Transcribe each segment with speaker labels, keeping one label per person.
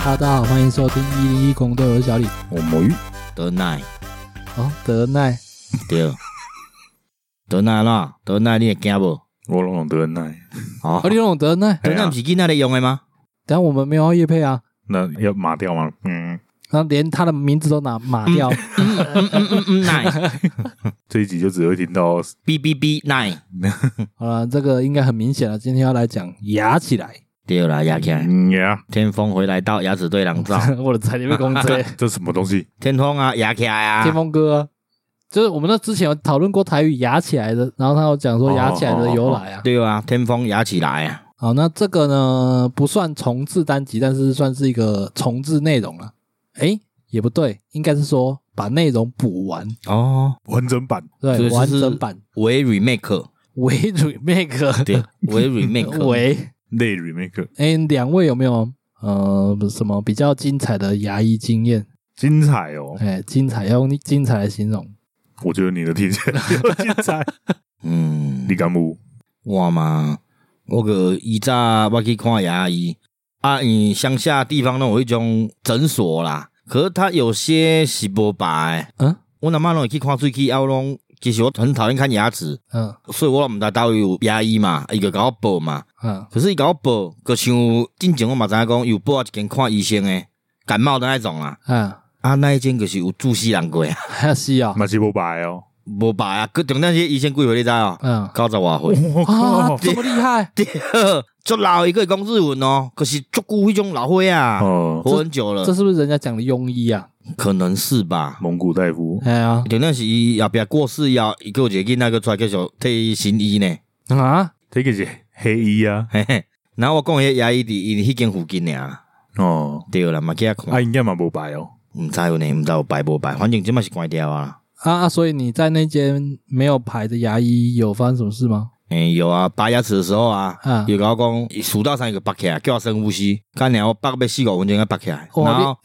Speaker 1: Hello，大家好，欢迎收听一零一公队，我是小李。
Speaker 2: 我魔芋德奈
Speaker 1: 哦，德奈，
Speaker 2: 对，德奈啦，德奈你会惊无？
Speaker 3: 我拢用德恩奈，
Speaker 2: 哦
Speaker 1: 哦，，你懂德奈？
Speaker 2: 德奈不是囡仔咧用的 吗？
Speaker 1: 等下我们没有要叶配啊，
Speaker 3: 那要码掉吗？嗯，
Speaker 1: 然后连他的名字都拿码 掉。
Speaker 2: 嗯嗯嗯嗯，奈
Speaker 3: 这一集就只会听到
Speaker 2: ，B B B 奈，
Speaker 1: 好了，这个应该很明显了，今天要来讲牙起来。
Speaker 2: 对啦，牙起来。
Speaker 3: 嗯呀，
Speaker 2: 天风回来到牙齿对狼照，
Speaker 1: 我的菜里面公
Speaker 3: 这
Speaker 1: 仔，
Speaker 3: 这什么东西？
Speaker 2: 天风啊，牙起来啊
Speaker 1: 天，风哥 啊、就是我们那之前有讨论过台语牙起来的，然后他有讲说牙起来的由来啊。
Speaker 2: 对啊，天风牙起来啊，
Speaker 1: 好，那这个呢不算重置单集，但是算是一个重置内容了。诶，也不对，应该是说把内容补完，
Speaker 2: 哦，
Speaker 3: 完整版
Speaker 2: 所
Speaker 1: 对，
Speaker 2: 以就是
Speaker 1: 完整版
Speaker 2: 为 remake，
Speaker 1: 为 remake，
Speaker 2: 对，为 remake，
Speaker 1: 为
Speaker 3: 类 remake，
Speaker 1: 诶，两位有没有呃什么比较精彩的牙医经验？
Speaker 3: 精彩哦！
Speaker 1: 诶，精彩要用精彩来形容。
Speaker 3: 我觉得你的 听起来比较精彩。
Speaker 2: 嗯，
Speaker 3: 你敢不？
Speaker 2: 我嘛，我个以早我去看牙医啊，因为乡下地方拢有迄种诊所啦，可是他有些是无白。
Speaker 1: 嗯
Speaker 2: 我阿妈拢会去看喙齿，啊，我拢其实我很讨厌看牙齿，
Speaker 1: 嗯
Speaker 2: 所以我毋知倒有牙医嘛，伊就甲我报嘛。
Speaker 1: 嗯，
Speaker 2: 可是伊甲我报，就像进前我嘛知影讲，有报啊一间看医生诶，感冒的那种啦。
Speaker 1: 啊，
Speaker 2: 啊，那一间就是有住死人过啊，
Speaker 1: 还是啊，
Speaker 3: 马西波白哦！
Speaker 2: 无白啊，佮中那些医生几岁你知哦？
Speaker 1: 嗯
Speaker 2: 九十外岁。
Speaker 3: 我
Speaker 1: 啊，
Speaker 3: 哦靠！
Speaker 1: 这么厉害，
Speaker 2: 对， 足老一个讲日文哦，可是足久迄种老伙啊，
Speaker 3: 哦，
Speaker 2: 活很久了
Speaker 1: 这，是不是人家讲的庸医啊？
Speaker 2: 可能是吧。
Speaker 3: 蒙古大夫
Speaker 1: 哎呀
Speaker 2: 重点是伊后壁过世以后，伊还有一个囡仔个出来继续替伊行医呢。
Speaker 1: 啊，
Speaker 3: 这个是黑衣啊！
Speaker 2: 嘿嘿，然后我讲迄牙医伫伊迄间附近尔，
Speaker 3: 哦，
Speaker 2: 对啦，嘛去遐
Speaker 3: 啊，
Speaker 2: 看，
Speaker 3: 应该嘛无白哦。
Speaker 2: 毋知有呢，毋知有排无排，反正即嘛是关掉啊。
Speaker 1: 啊啊！所以你在那间没有牌的牙医有发生什么事吗？
Speaker 2: 诶、有啊，拔牙齿的时候啊
Speaker 1: 嗯，
Speaker 2: 有甲我讲伊数到三个拔起来，叫我深呼吸，干然后拔要四五分钟才拔起来。
Speaker 1: 哇
Speaker 2: 然后，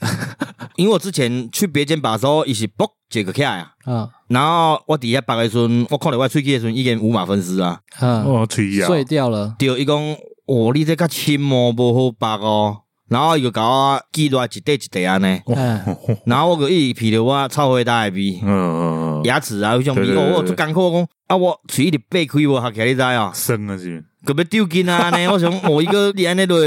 Speaker 2: 因为我之前去别间拔的时候，伊是嘣一个起来啊。
Speaker 1: 啊
Speaker 2: 然后我伫遐白的时阵，我看到我喙齿的时阵已经五马分尸啊。
Speaker 1: 啊，
Speaker 3: 哦，吹呀！
Speaker 1: 碎掉了
Speaker 2: 对，伊讲，哦，你这较深哦，无好白哦。然后伊就甲我记落来一块一块安尼，
Speaker 1: 哎
Speaker 2: 然后我就一直闻着我臭灰大的味
Speaker 3: 哦嗯，，嗯嗯，
Speaker 2: 牙齿啊，迄种
Speaker 3: 对
Speaker 2: 味，
Speaker 3: 对对
Speaker 2: 哦，
Speaker 3: 对
Speaker 2: 我足艰苦我讲，啊，我喙一直掰开无合起来，你知哦，
Speaker 3: 生啊是
Speaker 2: 特别丢筋啊安尼。我想，哦，伊个你安尼落，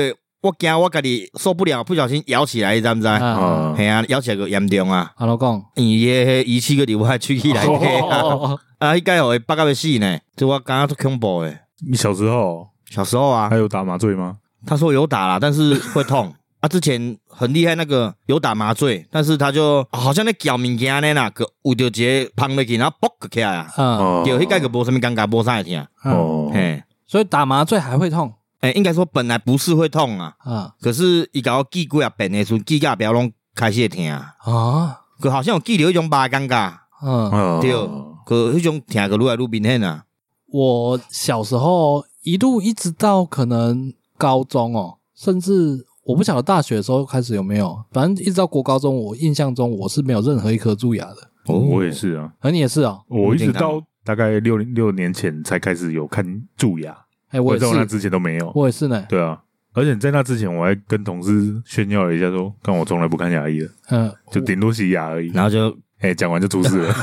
Speaker 2: 我惊我家己受不了，不小心咬起来，你知毋知？
Speaker 1: 啊啊！
Speaker 3: 啊，
Speaker 2: 系啊，咬起来个严重啊，
Speaker 1: 阿老公，
Speaker 2: 因为迄仪器个伫我的喙
Speaker 3: 哎
Speaker 2: 齿内底啊。
Speaker 1: 哦
Speaker 2: 啊，迄个互伊北甲要死呢，这我感觉足恐怖诶。
Speaker 3: 你小时候
Speaker 2: 小时候啊
Speaker 3: 还，有打麻醉吗？
Speaker 2: 他说有打啦，但是会 痛。啊，之前很厉害那个有打麻醉，但是他就、啊好像在搅物件呢啦，个有着一个碰落去，然后爆个起来啊。
Speaker 1: 啊
Speaker 3: 哦
Speaker 2: 对，迄个个无什么尴尬，无啥会疼。啊
Speaker 1: 哦，
Speaker 3: 哦，
Speaker 2: 嘿，
Speaker 1: 所以打麻醉还会痛
Speaker 2: 诶，应该说本来不是会痛啊，
Speaker 1: 啊
Speaker 2: 可是伊甲我记几啊遍的时阵，记甲不要拢开始会疼啊。
Speaker 1: 啊
Speaker 2: 佮好像有记着迄种麻的尴尬，
Speaker 1: 嗯。
Speaker 3: 哦
Speaker 2: 对，佮迄种疼个愈来愈明显啊。
Speaker 1: 我小时候一路一直到可能高中哦，甚至我不晓得大学的时候开始有没有，反正一直到国高中，我印象中我是没有任何一颗蛀牙的。
Speaker 3: 我也是啊。
Speaker 1: 而你也是哦，
Speaker 3: 我一
Speaker 2: 你
Speaker 3: 直
Speaker 2: 看
Speaker 3: 到大概六六年前才开始有看蛀牙，
Speaker 1: 哎，我也
Speaker 3: 在我那
Speaker 1: 是，
Speaker 3: 之前都没有。
Speaker 1: 我也是呢。
Speaker 3: 对啊，而且在那之前我还跟同事炫耀了一下说，看我从来不看牙医的，
Speaker 1: 嗯，
Speaker 3: 就顶多洗牙而已。
Speaker 2: 然后就啊
Speaker 3: 哎，讲完就出事了。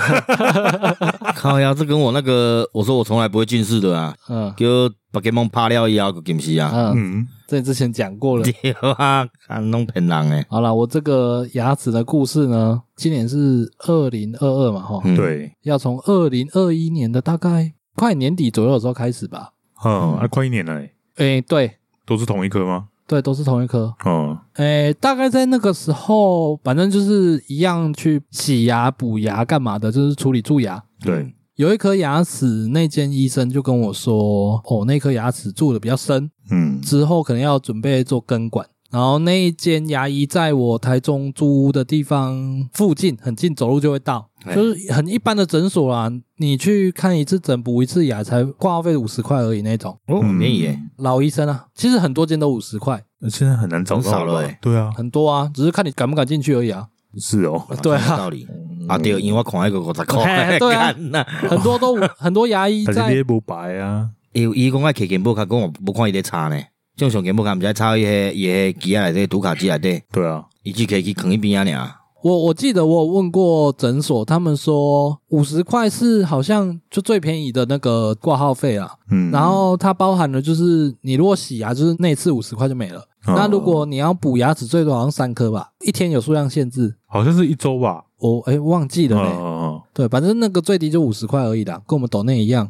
Speaker 2: 靠呀，这跟我那个我说我从来不会近视的啊，
Speaker 1: 嗯
Speaker 2: 叫把 g a m 拍了以后个近视啊，
Speaker 1: 嗯，
Speaker 3: 嗯，
Speaker 1: 这之前讲过了。
Speaker 2: 对啊，看弄骗人诶，
Speaker 1: 好了，我这个牙齿的故事呢，今年是二零二二嘛，哈，
Speaker 2: 嗯，
Speaker 3: 对，
Speaker 1: 要从二零二一年的大概快年底左右的时候开始吧。
Speaker 3: 嗯，啊，快一年了欸，
Speaker 1: 哎，对
Speaker 3: 都是同一颗吗？
Speaker 1: 对，都是同一颗。
Speaker 3: 嗯，
Speaker 1: 诶，大概在那个时候，反正就是一样去洗牙、补牙干嘛的，就是处理蛀牙。
Speaker 3: 对，
Speaker 1: 有一颗牙齿，那间医生就跟我说，哦，那颗牙齿蛀的比较深，
Speaker 3: 嗯，
Speaker 1: 之后可能要准备做根管。然后那一间牙医在我台中租屋的地方附近，很近，走路就会到，
Speaker 2: 哎
Speaker 1: 就是很一般的诊所啦。你去看一次诊，补一次牙，才挂号费五十块而已那种。
Speaker 2: 哦，很便宜耶，
Speaker 1: 老医生啊，其实很多间都五十块，
Speaker 3: 现在很难找
Speaker 2: 很少
Speaker 3: 到
Speaker 2: 了
Speaker 3: 吧
Speaker 2: 欸
Speaker 3: 对啊，
Speaker 1: 很多啊，只是看你敢不敢进去而已啊。
Speaker 3: 是哦，
Speaker 1: 对啊
Speaker 2: 有道理啊，对，因为我看那个五十块，
Speaker 1: 嘿对啊
Speaker 2: 干呐，
Speaker 1: 很多都很多牙医
Speaker 3: 但是你
Speaker 1: 在
Speaker 3: 也不白啊，
Speaker 2: 伊伊讲爱摕钱，无看讲我无看伊咧差呢，正常根本敢毋知插伊迄伊迄机啊仔内底、读卡机内底，
Speaker 3: 对啊，
Speaker 2: 伊只可以去扛一边啊尔。
Speaker 1: 我我记得我有问过诊所，他们说五十块是好像就最便宜的那个挂号费啦。
Speaker 3: 嗯，
Speaker 1: 然后它包含了就是你如果洗牙，就是那一次五十块就没了。
Speaker 3: 哦
Speaker 1: 那如果你要补牙齿，最多好像三颗吧，一天有数量限制。
Speaker 3: 好像是一周吧，
Speaker 1: 我哎、忘记了
Speaker 3: 嗯
Speaker 1: 呢、
Speaker 3: 嗯嗯，
Speaker 1: 对，反正那个最低就五十块而已啦，跟我们抖内一样。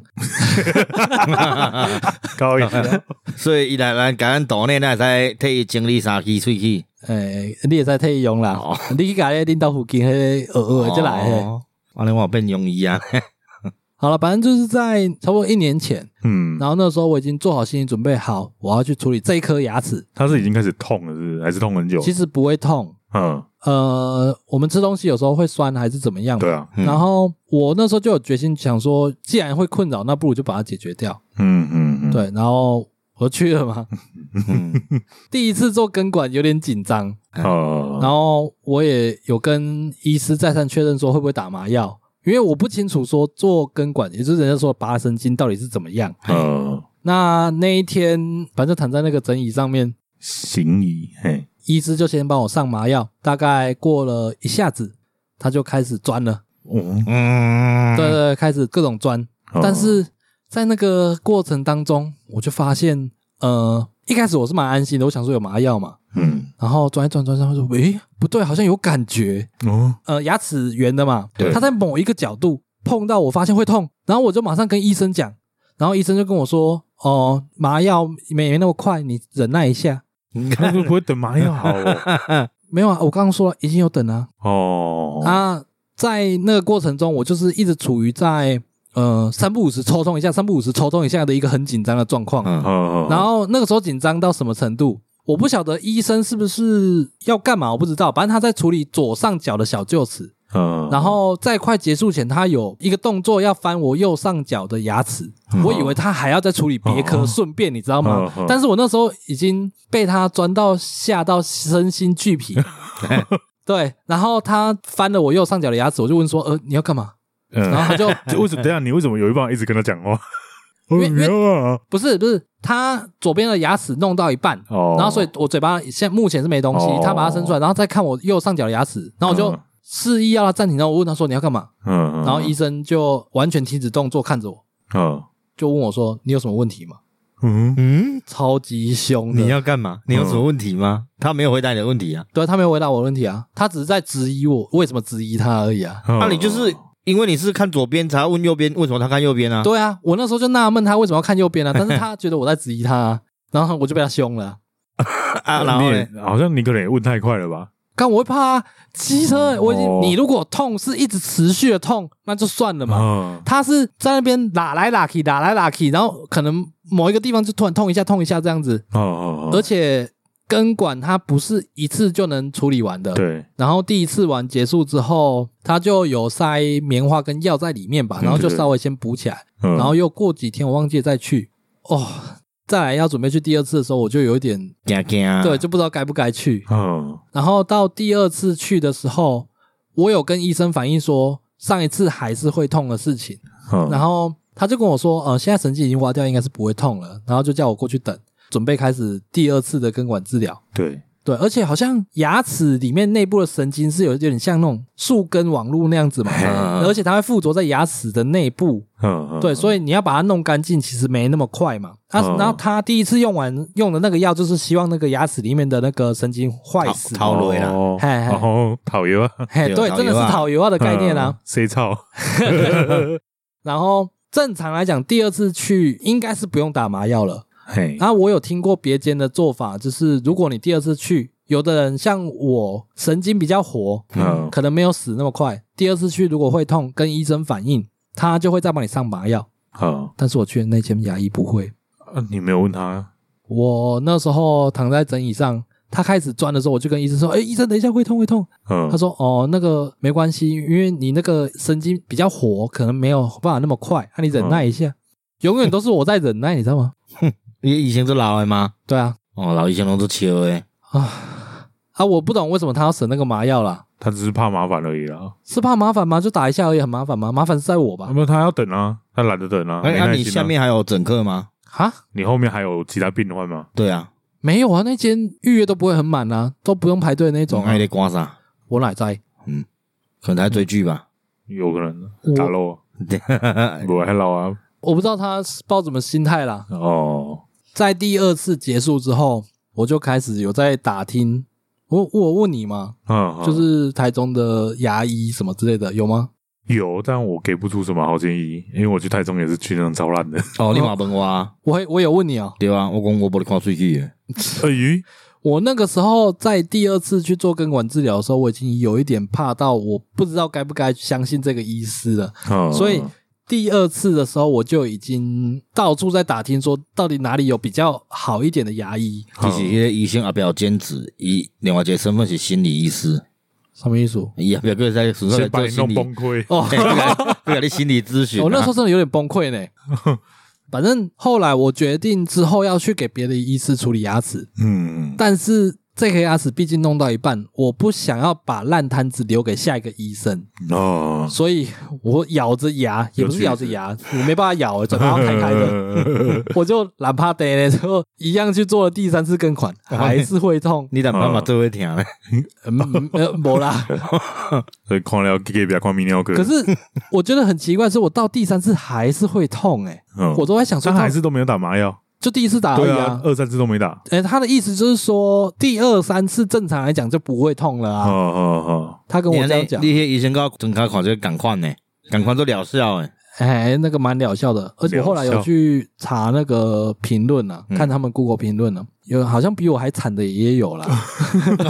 Speaker 3: 嗯高一点，
Speaker 2: 啊 所以伊来咱甲咱岛内那会使替伊整理三支喙齿，
Speaker 1: 哎、你也在退佣啦，
Speaker 2: 哦
Speaker 1: 你去改领导附近迄个鹅鹅就来嘿。
Speaker 2: 哦。安尼我有变容易啊，
Speaker 1: 好了，反正就是在差不多一年前，
Speaker 3: 嗯，
Speaker 1: 然后那时候我已经做好心理准备，好我要去处理这一颗牙齿，
Speaker 3: 他是已经开始痛了，是不是？还是痛很久？
Speaker 1: 其实不会痛。
Speaker 3: 嗯，
Speaker 1: 呃，我们吃东西有时候会酸还是怎么样嘛？
Speaker 3: 对啊，
Speaker 2: 嗯
Speaker 1: 然后我那时候就有决心想说，既然会困扰，那不如就把它解决掉。
Speaker 3: 嗯嗯嗯，，
Speaker 1: 对，然后我去了嘛，
Speaker 2: 嗯
Speaker 1: 第一次做根管有点紧张，
Speaker 3: 哦，
Speaker 1: 然后我也有跟医师再三确认说会不会打麻药，因为我不清楚说做根管，也就是人家说拔神经到底是怎么样。
Speaker 3: 呃，
Speaker 1: 那那一天，反正躺在那个诊椅上面，
Speaker 3: 行医，嘿，
Speaker 1: 医师就先帮我上麻药，大概过了一下子，他就开始钻了，
Speaker 3: 嗯，
Speaker 2: 嗯，
Speaker 1: 对对，对开始各种钻。
Speaker 3: 哦
Speaker 1: 但是在那个过程当中，我就发现，呃，一开始我是蛮安心的，我想说有麻药嘛，
Speaker 3: 嗯，
Speaker 1: 然后转一转转一转，我说，诶，不对，好像有感觉，
Speaker 3: 哦，
Speaker 1: 呃，牙齿圆的嘛
Speaker 2: 对，
Speaker 1: 它在某一个角度碰到，我发现会痛，然后我就马上跟医生讲，然后医生就跟我说，哦，麻药没没那么快，你忍耐一下。
Speaker 3: 那会不会等麻药好 哦？
Speaker 1: 没有啊，我刚刚说了已经有等啊了
Speaker 3: 哦，
Speaker 1: 啊，在那个过程中，我就是一直处于在呃三不五时抽动一下，三不五时抽动一下的一个很紧张的状况。 啊
Speaker 2: 嗯
Speaker 3: 嗯，
Speaker 1: 然后那个时候紧张到什么程度？我不晓得医生是不是要干嘛，我不知道。反正他在处理左上角的小臼齿，
Speaker 3: 嗯，
Speaker 1: 然后在快结束前，他有一个动作要翻我右上角的牙齿，
Speaker 3: 嗯
Speaker 1: 我以为他还要再处理别
Speaker 3: 哦
Speaker 1: 颗，顺便你知道吗
Speaker 3: 哦哦？
Speaker 1: 但是我那时候已经被他钻到吓到身心俱疲。对，然后他翻了我右上角的牙齿，我就问说：“呃，你要干嘛？”然后
Speaker 3: 嗯，
Speaker 1: 他 就
Speaker 3: 这为什么？等一下你为什么有一帮人一直跟他讲话？
Speaker 1: 因为因为
Speaker 3: 哦，
Speaker 1: 不是不是，他左边的牙齿弄到一半，
Speaker 3: 哦
Speaker 1: 然后所以我嘴巴现在目前是没东西
Speaker 3: 哦，
Speaker 1: 他把它伸出来，然后再看我右上角的牙齿，然后我就
Speaker 3: 嗯
Speaker 1: 示意要他暂停，然后我问他说你要干嘛，
Speaker 3: 嗯，嗯
Speaker 1: 然后医，生就完全停止动作看着我，
Speaker 3: 嗯
Speaker 1: 就问我说你有什么问题吗？
Speaker 3: 嗯，
Speaker 2: 嗯，
Speaker 1: 超级凶
Speaker 2: 你
Speaker 1: 的，
Speaker 2: 要干嘛？你有什么问题吗？嗯他没有回答你的问题啊，
Speaker 1: 对他没有回答我的问题啊，他只是在质疑我为什么质疑他而已啊。
Speaker 3: 那
Speaker 2: 那你就是因为你是看左边才要问右边，为什么他看右边啊？
Speaker 3: 嗯
Speaker 1: 对啊，我那时候就纳闷他为什么要看右边啊，但是他觉得我在质疑他、啊，然后我就被他凶了啊。
Speaker 2: 啊，然后呢？
Speaker 3: 好像你可能也问太快了吧？
Speaker 1: 但我会怕、啊、机车，我已经、
Speaker 3: 哦
Speaker 1: 你如果痛是一直持续的痛，那就算了嘛。
Speaker 3: 嗯，
Speaker 1: 他是在那边拉来拉去，拉来拉去，然后可能某一个地方就突然痛一下，痛一下这样子。
Speaker 3: 哦哦，
Speaker 1: 而且根管它不是一次就能处理完的，。
Speaker 3: 对，
Speaker 1: 然后第一次完结束之后，他就有塞棉花跟药在里面吧，
Speaker 3: 嗯
Speaker 1: 然后就
Speaker 3: 对嗯
Speaker 1: 稍微先补起来，
Speaker 3: 然
Speaker 1: 然后又过几天我忘记再去哦。再来要准备去第二次的时候，我就有一点
Speaker 2: 惊啊惊，
Speaker 3: 啊
Speaker 1: 对，就不知道该不该去。
Speaker 3: 嗯
Speaker 1: 然后到第二次去的时候，我有跟医生反映说上一次还是会痛的事情，
Speaker 3: 嗯，
Speaker 1: 然后他就跟我说，呃，现在神经已经挖掉，应该是不会痛了，然后就叫我过去等，准备开始第二次的根管治疗。
Speaker 3: 对，
Speaker 1: 对，而且好像牙齿里面内部的神经是有有点像那种树根网络那样子嘛，
Speaker 2: 嗯
Speaker 1: 而且它会附着在牙齿的内部，
Speaker 3: 嗯嗯，
Speaker 1: 对，所以你要把它弄干净，其实没那么快嘛。他、
Speaker 3: 嗯
Speaker 1: 然后他第一次用完用的那个药，就是希望那个牙齿里面的那个神经坏
Speaker 2: 逃
Speaker 1: 死，
Speaker 2: 逃了啦，
Speaker 3: 哦然后讨厌啊，
Speaker 1: 嘿，
Speaker 2: 对
Speaker 1: 对，
Speaker 2: 啊嗯
Speaker 1: 真的是
Speaker 2: 导
Speaker 1: 讨油啊的概念啊。
Speaker 3: 谁操？
Speaker 1: 然后正常来讲，第二次去应该是不用打麻药了。
Speaker 3: 嘿，
Speaker 2: 嗯
Speaker 1: 然后我有听过别间的做法，就是如果你第二次去，有的人像我神经比较活，
Speaker 3: 嗯
Speaker 1: 可能没有死那么快。第二次去如果会痛，跟医生反映，他就会再帮你上麻药。
Speaker 3: 好，
Speaker 1: 但是我去的那间牙医不会。
Speaker 3: 啊你没有问他，
Speaker 1: 我那时候躺在诊椅上，他开始钻的时候，我就跟医生说：“哎，医生，等一下会痛会痛。”
Speaker 3: 嗯，
Speaker 1: 他说：“哦，那个没关系，因为你那个神经比较活，可能没有办法那么快，啊那、你忍耐一下。永远都是我在忍耐，你知道吗？
Speaker 2: 你以前是老的吗？
Speaker 1: 对啊，
Speaker 2: 哦，老以前拢是笑的，
Speaker 1: 啊啊！我不懂为什么他要省那个麻药啦，
Speaker 3: 他只是怕麻烦而已啦，
Speaker 1: 是怕麻烦吗？就打一下而已，很麻烦吗？麻烦是在我吧
Speaker 3: 那？么他要等啊，他懒得等啊，
Speaker 2: 哎，
Speaker 3: 没
Speaker 2: 那
Speaker 3: 耐
Speaker 2: 你
Speaker 3: 心啊
Speaker 2: 下面还有整课吗？
Speaker 1: 啊，
Speaker 3: 你后面还有其他病患吗？
Speaker 2: 对啊，
Speaker 1: 没有啊，那间预约都不会很满啊，都不用排队那种、啊
Speaker 2: 爱。在刮啥？
Speaker 1: 我哪在？
Speaker 2: 可能他在追剧吧。
Speaker 3: 有可能
Speaker 1: 我
Speaker 3: 打漏，不还老啊。
Speaker 1: 我不知道他是抱什么心态啦。
Speaker 3: 哦，
Speaker 1: 在第二次结束之后，我就开始有在打听。我我问你嘛，
Speaker 3: 嗯，
Speaker 1: 就是台中的牙医什么之类的有吗？
Speaker 3: 有，但我给不出什么好建议，因为我去台中也是去那种超烂的。
Speaker 2: 哦，你嘛问我啊，
Speaker 1: 我会我有问你哦。
Speaker 2: 对啊，我讲我无咧看喙齿的，
Speaker 3: 鳄鱼，
Speaker 1: 我那个时候在第二次去做根管治疗的时候，我已经有一点怕到我不知道该不该相信这个医师了。
Speaker 3: 嗯
Speaker 1: 所以第二次的时候，我就已经到处在打听，说到底哪里有比较好一点的牙医？
Speaker 2: 其实迄个医生阿啊表兼职，伊另外一个身份是心理医师，
Speaker 1: 什么意思？哦，
Speaker 2: 伊阿表个在纯粹
Speaker 3: 先把
Speaker 2: 做
Speaker 3: 你弄
Speaker 2: 心理，
Speaker 3: 崩溃。
Speaker 2: 嘿不甲你不甲你心理咨询啊。
Speaker 1: 我哦那时候真的有点崩溃呢。反正后来我决定之后要去给别的医师处理牙齿，
Speaker 3: 嗯，
Speaker 1: 但是这颗牙齿毕竟弄到一半，我不想要把烂摊子留给下一个医生，
Speaker 3: 哦，
Speaker 1: 所以我咬着牙，也不是咬着牙，我没办法咬，我嘴巴要开开 的。
Speaker 3: 的。
Speaker 1: 我就懒怕得了之后，一样去做了第三次根管，还是会 痛。
Speaker 2: 你但办法做会听啊咧？
Speaker 1: 嗯，嗯呃，没啦。
Speaker 3: 所以看了给别看泌尿科，
Speaker 1: 可是我觉得很奇怪，是我到第三次还是会痛、欸，哎、
Speaker 3: 嗯
Speaker 1: 我都在想说
Speaker 3: 他
Speaker 1: 到，
Speaker 3: 还是都没有打麻药。
Speaker 1: 就第一次打而
Speaker 3: 对
Speaker 1: 已
Speaker 3: 啊，二三次都没打。
Speaker 1: 哎、他的意思就是说，第二三次正常来讲就不会痛了
Speaker 3: 哦
Speaker 1: 啊。
Speaker 3: 哦
Speaker 1: 他跟我
Speaker 2: 你
Speaker 1: 这
Speaker 2: 安
Speaker 1: 样
Speaker 2: 尼
Speaker 1: 讲，啊
Speaker 2: 你迄医生甲我整开看就赶快呢，赶快做疗效诶。
Speaker 1: 哎、那个蛮疗效的。而且我后来
Speaker 3: 疗
Speaker 1: 有
Speaker 3: 效
Speaker 1: 去查那个评论啊，
Speaker 2: 嗯
Speaker 1: 看他们 Google 评论呢，有好像比我还惨的也有啦。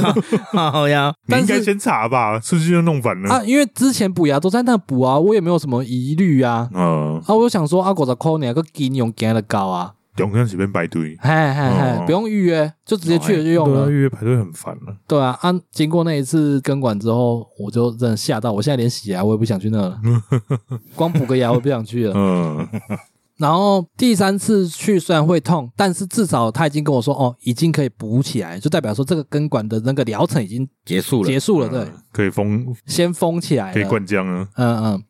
Speaker 2: 好呀，
Speaker 3: 哦，你应
Speaker 1: 但
Speaker 3: 该
Speaker 1: 是
Speaker 3: 先查吧，是不是就弄反了？
Speaker 1: 啊，因为之前补牙都在那补啊，我也没有什么疑虑啊。
Speaker 3: 嗯，
Speaker 1: 啊，我就想说，啊，五十块呢，个金用加的高啊，
Speaker 3: 永远随便排队，
Speaker 1: 嘿嘿
Speaker 3: 哦
Speaker 1: 嘿，不用预约，就直接去了就用
Speaker 3: 对啊，
Speaker 1: 了。
Speaker 3: 预约排队很烦了。
Speaker 1: 对啊，啊，经过那一次根管之后，我就真的吓到，我现在连洗牙我也不想去那 了，光补个牙我也不想去了。
Speaker 3: 嗯，
Speaker 1: 然后第三次去虽然会痛，但是至少他已经跟我说，哦，已经可以补起来，就代表说这个根管的那个疗程已经
Speaker 2: 结束了
Speaker 1: 结，束了，嗯对，哎
Speaker 3: 可以封，
Speaker 1: 先封起来
Speaker 3: 可以
Speaker 1: 了。
Speaker 3: 灌浆啊。
Speaker 1: 嗯嗯。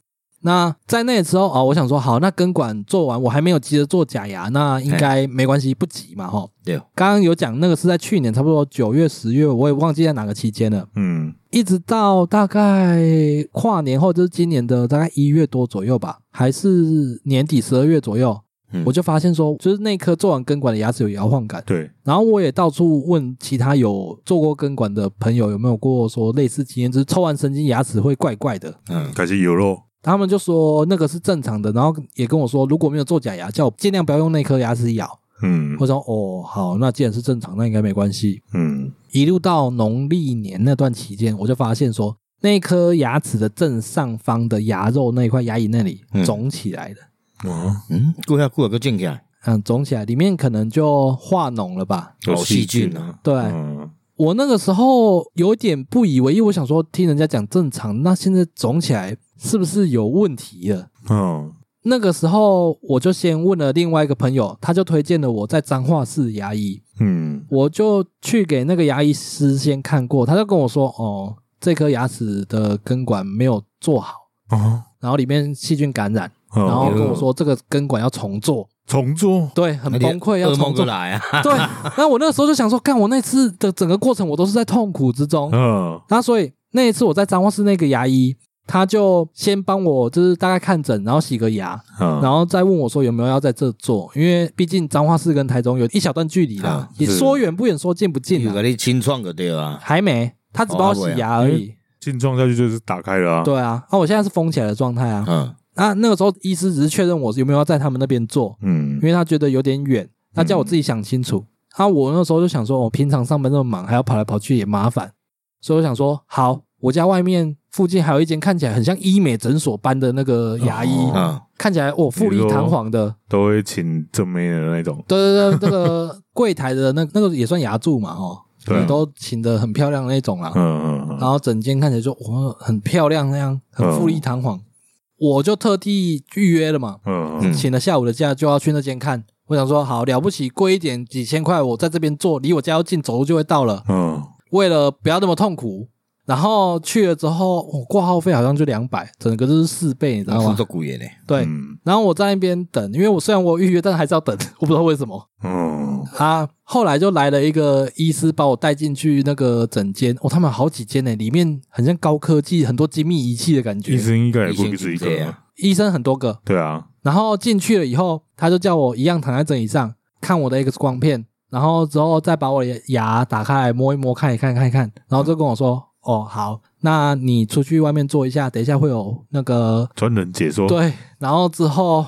Speaker 1: 那在那之后啊、哦，我想说，好，那根管做完，我还没有急着做假牙，那应该没关系，不急嘛，吼。
Speaker 2: 对
Speaker 1: 刚刚有讲那个是在去年差不多九月、十月，我也忘记在哪个期间了，
Speaker 3: 嗯，
Speaker 1: 一直到大概跨年后，就是今年的大概一月多左右吧，还是年底十二月左右，
Speaker 2: 嗯
Speaker 1: 我就发现说，就是那颗做完根管的牙齿有摇晃感，
Speaker 3: 对，
Speaker 1: 然后我也到处问其他有做过根管的朋友有没有过说类似经验，就是抽完神经牙齿会怪怪的。
Speaker 2: 嗯，
Speaker 3: 感谢有肉。
Speaker 1: 他们就说那个是正常的，然后也跟我说，如果没有做假牙，叫我尽量不要用那颗牙齿咬。
Speaker 3: 嗯
Speaker 1: 我想，哦，好，那既然是正常，那应该没关系。
Speaker 3: 嗯，
Speaker 1: 一路到农历年那段期间，我就发现说，那颗牙齿的正上方的牙肉那一块牙龈那里
Speaker 2: 嗯
Speaker 1: 肿起来了，
Speaker 3: 哦，
Speaker 2: 嗯，过下过下个进起来，
Speaker 1: 嗯，肿起来，里面可能就化脓了吧？
Speaker 2: 有细菌啊，
Speaker 1: 对、
Speaker 3: 嗯，
Speaker 1: 我那个时候有点不以为意，我想说听人家讲正常，那现在肿起来是不是有问题了？
Speaker 3: 嗯，
Speaker 1: 那个时候我就先问了另外一个朋友，他就推荐了我在彰化市的牙医，
Speaker 3: 嗯，
Speaker 1: 我就去给那个牙医师先看过，他就跟我说，哦，这颗牙齿的根管没有做好，
Speaker 3: 哦，
Speaker 1: 然后里面细菌感染，
Speaker 3: 然
Speaker 2: 哦
Speaker 1: 然后跟我说这个根管要重做，
Speaker 3: 重做，
Speaker 1: 对，很
Speaker 2: 那你
Speaker 1: 崩溃，要
Speaker 2: 噩梦
Speaker 1: 重
Speaker 2: 过
Speaker 1: 做。
Speaker 2: 来啊，
Speaker 1: 对，那我那个时候就想说，干，我那次的整个过程我都是在痛苦之中，
Speaker 3: 嗯
Speaker 1: 那所以那一次我在彰化市那个牙医，他就先帮我就是大概看诊，然后洗个牙，
Speaker 3: 嗯，
Speaker 1: 然后再问我说有没有要在这做，因为毕竟彰化市跟台中有一小段距离啦
Speaker 2: 啊，嗯
Speaker 1: 你
Speaker 3: 是
Speaker 1: 说远不远，说近不近
Speaker 2: 有
Speaker 1: 啊
Speaker 2: 甲，你清创个对啊，
Speaker 1: 还没，他只帮我洗牙而已。
Speaker 3: 进撞下去就是打开了哦啊。
Speaker 1: 对啊，那、我现在是封起来的状态啊。
Speaker 2: 嗯，
Speaker 1: 那那个时候医师只是确认我有没有要在他们那边做，
Speaker 3: 嗯
Speaker 1: 因为他觉得有点远，他叫我自己想清楚。啊，我那时候就想说，我、平常上班那么忙，还要跑来跑去也麻烦，所以我想说，好，我家外面附近还有一间看起来很像医美诊所般的那个牙医，
Speaker 2: 嗯
Speaker 1: 看起来哦富丽堂皇的，
Speaker 3: 都会请正妹的那种，
Speaker 1: 对对对，那个柜台的那那 个也算牙柱嘛，哦，
Speaker 3: 对啊
Speaker 1: 也都请的很漂亮那种啦。
Speaker 3: 嗯嗯
Speaker 1: 然后整间看起来就哇很漂亮那样，很富丽堂皇。我就特地预约了嘛，
Speaker 3: 嗯
Speaker 2: 嗯
Speaker 3: 嗯，
Speaker 1: 请了下午的假就要去那间看。我想说好了不起，贵一点几千块，我在这边做，离我家要近，走路就会到了。
Speaker 3: 嗯，
Speaker 1: 为了不要那么痛苦，然后去了之后，我、挂号费好像就两百，整个就是四倍，你知道
Speaker 2: 那是
Speaker 1: 吗？
Speaker 2: 做贵的咧，
Speaker 1: 对，
Speaker 3: 哦嗯
Speaker 1: 然后我在那边等，因为我虽然我有预约，但还是要等， 我不知道为什么
Speaker 3: 嗯，
Speaker 1: 啊。后来就来了一个医师，把我带进去那个诊间，哦，他们好几间呢，里面很像高科技，很多精密仪器的感觉
Speaker 3: 医。生应该也
Speaker 2: 以
Speaker 3: 不
Speaker 2: 前
Speaker 3: 止
Speaker 2: 是
Speaker 3: 一
Speaker 2: 这
Speaker 3: 个
Speaker 2: 样
Speaker 3: 吧，，
Speaker 1: 医生很多个，
Speaker 3: 对啊，
Speaker 1: 然后进去了以后，他就叫我一样躺在轮椅上看我的 X 光片，然后之后再把我的牙打开来摸一摸，看一看，看一看，然后就跟我说：“哦，好，那你出去外面坐一下，等一下会有那个
Speaker 3: 专人解说，
Speaker 1: 对。”然后之后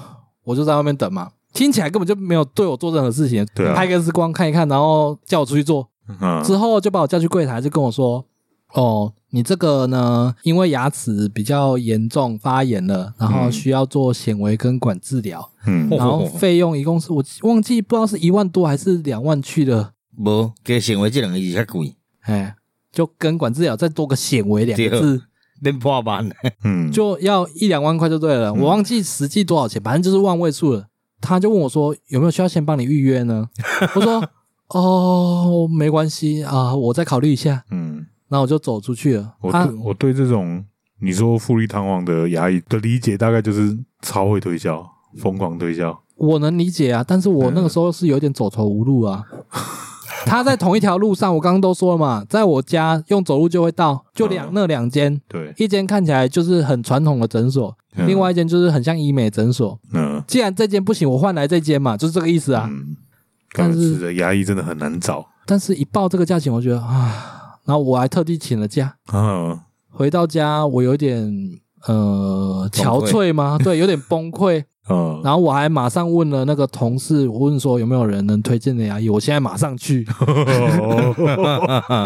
Speaker 1: 我就在外面等嘛，听起来根本就没有对我做任何事情，
Speaker 3: 对啊
Speaker 1: 拍个 X 光看一看，然后叫我出去做，
Speaker 3: 嗯，
Speaker 1: 之后就把我叫去柜台，就跟我说：“哦，你这个呢，因为牙齿比较严重发炎了，然后
Speaker 3: 嗯
Speaker 1: 需要做显微根管治疗。”
Speaker 3: 嗯，
Speaker 2: 哦
Speaker 1: 然后费用一共是我忘记不知道是一万多还是两万去的，
Speaker 2: 无加显微这两个字较贵，
Speaker 1: 哎，就根管治疗再多个显微两个字，
Speaker 2: 恁破万 的，
Speaker 3: 嗯，
Speaker 1: 就要一两万块就对了。我忘记实际多少钱，反正就是万位数了。他就问我说有没有需要先帮你预约呢？ 我说哦，没关系啊，我再考虑一下。
Speaker 3: 嗯，
Speaker 1: 然后我就走出去了。啊
Speaker 3: 我
Speaker 1: 他
Speaker 3: 对我对这种你说富丽堂皇的牙医的理解，大概就是超会推销，疯狂推销，
Speaker 1: 我能理解啊，但是
Speaker 3: 嗯
Speaker 1: 我那个时候是有点走投无路啊。他在同一条路上，我刚刚都说了嘛，在我家用走路就会到，就两
Speaker 3: 嗯
Speaker 1: 那两间，
Speaker 3: 对，
Speaker 1: 一间看起来就是很传统的诊所，
Speaker 3: 嗯
Speaker 1: 另外一间就是很像医美诊所。
Speaker 3: 嗯
Speaker 1: 既然这间不行，我换来这间嘛，就是这个意思啊。
Speaker 3: 嗯，
Speaker 1: 但
Speaker 3: 但
Speaker 1: 是
Speaker 3: 是的牙医真的很难找
Speaker 1: 但是，一报这个价钱，我觉得啊，然后我还特地请了假，
Speaker 3: 啊，
Speaker 1: 回到家我有点呃憔悴 吗？对，有点崩溃。
Speaker 3: 嗯，
Speaker 1: 然后我还马上问了那个同事，我问说有没有人能推荐的牙医，我现在马上去，
Speaker 2: 哎